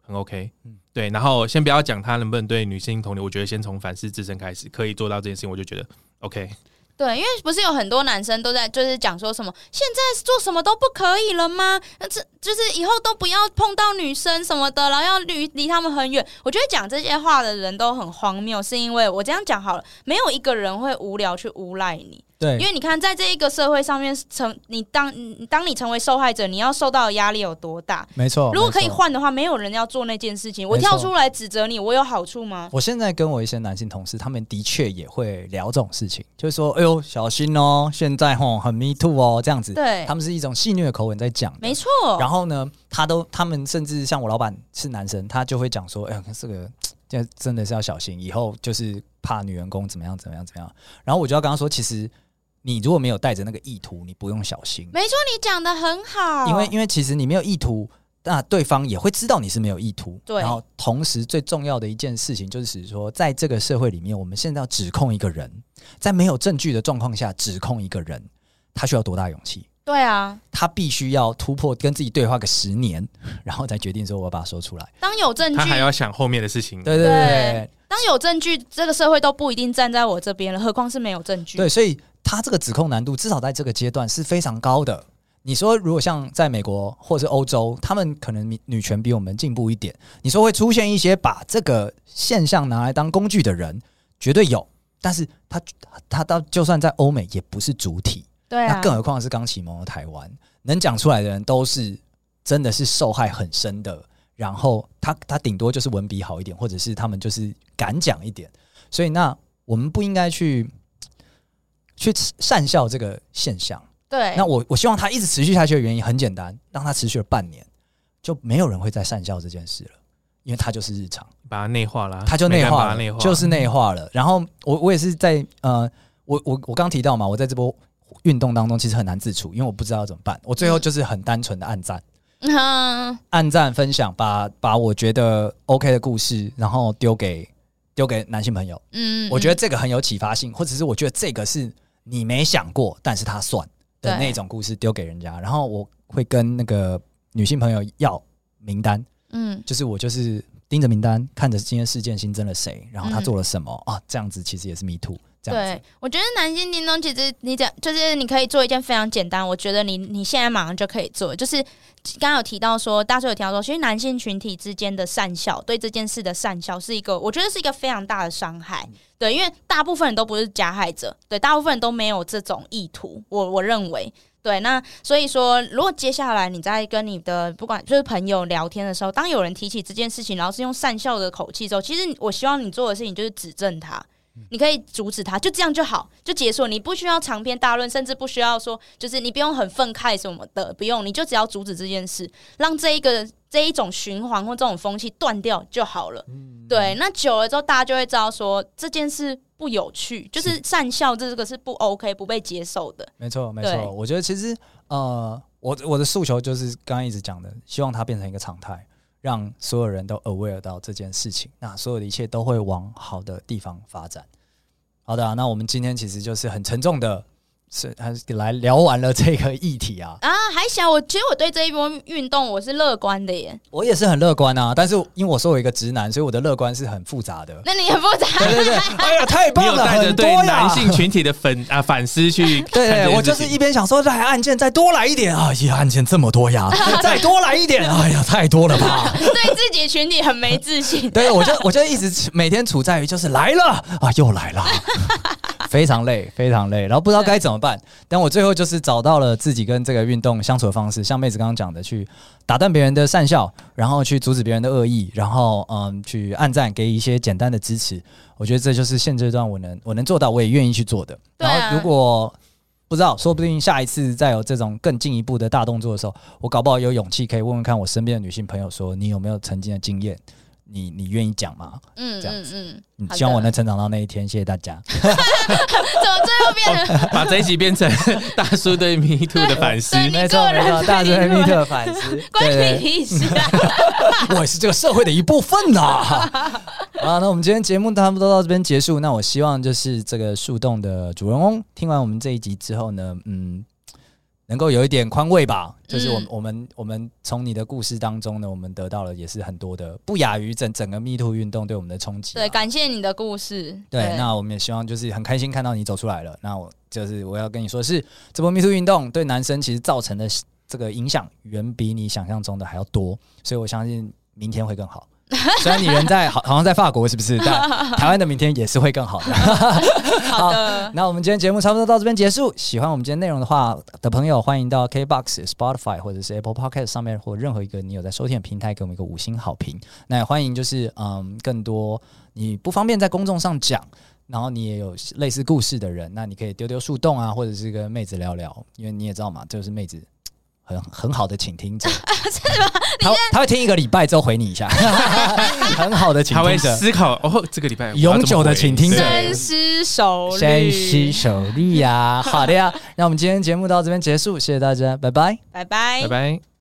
[SPEAKER 4] 很 OK。
[SPEAKER 2] 嗯
[SPEAKER 4] 对。然后先不要讲他能不能对女性同理，我觉得先从反思自身开始，可以做到这件事情，我就觉得 OK。
[SPEAKER 1] 对，因为不是有很多男生都在就是讲说什么现在做什么都不可以了吗？那这就是以后都不要碰到女生什么的，然后要离离他们很远。我觉得讲这些话的人都很荒谬，是因为我这样讲好了，没有一个人会无聊去诬赖你。
[SPEAKER 2] 对
[SPEAKER 1] 因，为你看，在这一个社会上面，成你当你当你成为受害者，你要受到的压力有多大？
[SPEAKER 2] 没错。
[SPEAKER 1] 如果可以
[SPEAKER 2] 没错，
[SPEAKER 1] 换的话，没有人要做那件事情。我
[SPEAKER 2] 没错
[SPEAKER 1] 跳出来指责你，我有好处吗？
[SPEAKER 2] 我现在跟我一些男性同事，他们的确也会聊这种事情，就是说，哎呦，小心哦，现在吼很 me too 哦，这样子。
[SPEAKER 1] 对
[SPEAKER 2] 他，们是一种戏谑的口吻在讲的。
[SPEAKER 1] 没错。
[SPEAKER 2] 然后呢，他都他们甚至像我老板是男生，他就会讲说：“哎、呀，这个这真的是要小心，以后就是怕女员工怎么样怎么样怎么样。”然后我就要跟他说：“其实你如果没有带着那个意图，你不用小心，
[SPEAKER 1] 没错，你讲的很好。
[SPEAKER 2] 因为因为其实你没有意图，那对方也会知道你是没有意图。
[SPEAKER 1] 对
[SPEAKER 2] 然后同时最重要的一件事情就是说，在这个社会里面，我们现在要指控一个人，在没有证据的状况下指控一个人，他需要多大勇气？
[SPEAKER 1] 对啊，
[SPEAKER 2] 他必须要突破跟自己对话个十年，然后再决定说我要把它说出来。
[SPEAKER 1] 当有证据
[SPEAKER 4] 他，还要想后面的事情。
[SPEAKER 2] 对对对
[SPEAKER 1] 当有证据，这个社会都不一定站在我这边了，何况是没有证据。
[SPEAKER 2] 对，所以他这个指控难度至少在这个阶段是非常高的。你说如果像在美国或是欧洲，他们可能女女权比我们进步一点，你说会出现一些把这个现象拿来当工具的人，绝对有。但是他他到就算在欧美也不是主体，
[SPEAKER 1] 对
[SPEAKER 2] 那
[SPEAKER 1] 啊，
[SPEAKER 2] 更何况是刚启蒙的台湾，能讲出来的人都是真的是受害很深的。然后他他顶多就是文笔好一点，或者是他们就是敢讲一点。所以那我们不应该去去善笑这个现象。
[SPEAKER 1] 对
[SPEAKER 2] 那，我我希望他一直持续下去的原因很简单，让他持续了半年，就没有人会再善笑这件事了，因为他就是日常。
[SPEAKER 4] 把它内化了，
[SPEAKER 2] 他就内
[SPEAKER 4] 没办法把
[SPEAKER 2] 化
[SPEAKER 4] 它内化，
[SPEAKER 2] 就是内化了。然后我我也是在呃，我我我刚提到嘛，我在这波运动当中其实很难自处，因为我不知道要怎么办。我最后就是很单纯的暗赞，
[SPEAKER 1] 嗯，
[SPEAKER 2] 暗赞分享，把把我觉得 OK 的故事，然后丢给丢给男性朋友。
[SPEAKER 1] 嗯
[SPEAKER 2] 我觉得这个很有启发性，或者是我觉得这个是你没想过，但是他算的
[SPEAKER 1] 对
[SPEAKER 2] 那种故事丢给人家。然后我会跟那个女性朋友要名单，
[SPEAKER 1] 嗯，
[SPEAKER 2] 就是我就是盯着名单，看着今天事件新增了谁，然后他
[SPEAKER 1] 嗯
[SPEAKER 2] 做了什么、啊，这样子其实也是 me too，这样
[SPEAKER 1] 对
[SPEAKER 2] 子，
[SPEAKER 1] 我觉得男性叮咚其实你讲就是你可以做一件非常简单，我觉得你你现在马上就可以做，就是刚刚有提到说，大叔有提到说，其实男性群体之间的善笑，对这件事的善笑是一个，我觉得是一个非常大的伤害。对，因为大部分人都不是加害者，对，大部分人都没有这种意图，我我认为。对，那所以说，如果接下来你在跟你的不管就是朋友聊天的时候，当有人提起这件事情，然后是用善笑的口气之后，其实我希望你做的事情就是指正他，你可以阻止他，就这样就好，就结束。你不需要长篇大论，甚至不需要说，就是你不用很愤慨什么的，不用，你就只要阻止这件事，让这一个这一种循环或这种风气断掉就好了。
[SPEAKER 2] 嗯
[SPEAKER 1] 对，那久了之后，大家就会知道说这件事不有趣，就是善笑这个是不 OK、不被接受的。
[SPEAKER 2] 没错没
[SPEAKER 1] 对
[SPEAKER 2] 错。我觉得其实呃，我我的诉求就是刚刚一直讲的，希望它变成一个常态，让所有人都 aware 到这件事情，那所有的一切都会往好的地方发展。好的啊、那我们今天其实就是很沉重的，是还是来聊完了这个议题啊。
[SPEAKER 1] 啊，还小，我其实我对这一波运动我是乐观的
[SPEAKER 2] <laughs>
[SPEAKER 1] 耶。
[SPEAKER 2] 我也是很乐观啊，但是因为我说我一个直男，所以我的乐观是很复杂的。
[SPEAKER 1] 那你也不杂，
[SPEAKER 2] 对对对， <laughs> 哎呀，太
[SPEAKER 4] 你
[SPEAKER 2] 棒
[SPEAKER 4] 有
[SPEAKER 2] 了，
[SPEAKER 4] 带着
[SPEAKER 2] 很多
[SPEAKER 4] 对
[SPEAKER 2] 呀！
[SPEAKER 4] 男性群体的粉啊反思去看
[SPEAKER 2] <laughs>
[SPEAKER 4] 这
[SPEAKER 2] 对
[SPEAKER 4] 件事情，
[SPEAKER 2] 对，我就是一边想说，来案件再多来一点啊，呀，案件这么多
[SPEAKER 4] <laughs>
[SPEAKER 2] 呀，再多来一点，哎呀，太多了吧？
[SPEAKER 1] 对自己群体很没自信。
[SPEAKER 2] 对，我就我就一直每天处在于就是来了啊，又来
[SPEAKER 4] <laughs>
[SPEAKER 2] 了，非常累，非常累，然后不知道该怎么办。但我最后就是找到了自己跟这个运动相处的方式，像妹子刚刚讲的，去打断别人的善笑，然后去阻止别人的恶意，然后嗯，去暗赞，给一些简单的支持。我觉得这就是现阶段我能我能做到，我也愿意去做的。
[SPEAKER 1] 对啊
[SPEAKER 2] 然后如果不知道，说不定下一次再有这种更进一步的大动作的时候，我搞不好有勇气可以问问看我身边的女性朋友说，你有没有曾经的经验？你你愿意讲吗？
[SPEAKER 1] 嗯
[SPEAKER 2] <laughs> 这样
[SPEAKER 1] 嗯嗯，
[SPEAKER 2] 嗯
[SPEAKER 1] 好的
[SPEAKER 2] 希望我能成长到那一天。谢谢大家。
[SPEAKER 1] 怎么最后变
[SPEAKER 2] 哦
[SPEAKER 1] 成
[SPEAKER 4] <laughs> 把这一集变成大叔对 Me Too 的反思
[SPEAKER 1] 对。 <laughs> 你
[SPEAKER 2] 没
[SPEAKER 1] 个
[SPEAKER 2] 错
[SPEAKER 1] 人
[SPEAKER 2] 没错，大
[SPEAKER 1] 对
[SPEAKER 2] 学
[SPEAKER 1] 你个
[SPEAKER 2] 密
[SPEAKER 1] 人
[SPEAKER 2] 特反思，对
[SPEAKER 1] <laughs> 关你
[SPEAKER 2] 对，
[SPEAKER 1] 屁事啊？
[SPEAKER 2] 对 <laughs> 我也是这个社会的一部分呐、啊。那我们今天节目差不多到这边结束。那我希望就是这个树洞的主人翁听完我们这一集之后呢，嗯，能够有一点宽慰吧。就是我们、
[SPEAKER 1] 嗯
[SPEAKER 2] 我们我们从你的故事当中呢，我们得到了也是很多的，不亚于整整个 Me Too 运动对我们的冲击啊、
[SPEAKER 1] 对，感谢你的故事。
[SPEAKER 2] 对，那我们也希望就是很开心看到你走出来了。那我就是我要跟你说是，这波 Me Too 运动对男生其实造成的这个影响远比你想象中的还要多，所以我相信明天会更好。虽然你人在好好像在法国是不是？但台湾的明天也是会更好的。
[SPEAKER 1] 好的，
[SPEAKER 2] <laughs> 那我们今天节目差不多到这边结束。喜欢我们今天内容的话的朋友，欢迎到 KBox、Spotify 或者是 Apple Podcast 上面，或任何一个你有在收听的平台，给我们一个五星好评。那也欢迎就是嗯，更多你不方便在公众上讲。然后你也有类似故事的人，那你可以丢丢树洞啊，或者是跟妹子聊聊，因为你也知道嘛，就是妹子很很好的倾听者，他他会听一个礼拜之后回你一下， <laughs> 很好的倾
[SPEAKER 4] 他会
[SPEAKER 2] 听者，
[SPEAKER 4] 思考哦，这个礼拜我要
[SPEAKER 2] 永
[SPEAKER 4] 怎么
[SPEAKER 2] 久的
[SPEAKER 4] 回
[SPEAKER 2] 倾听者
[SPEAKER 4] 对
[SPEAKER 1] 深思熟虑，
[SPEAKER 2] 深思熟虑呀。好的呀，那我们今天节目到这边结束，谢谢大家，拜拜。
[SPEAKER 1] 拜拜
[SPEAKER 4] 拜。拜。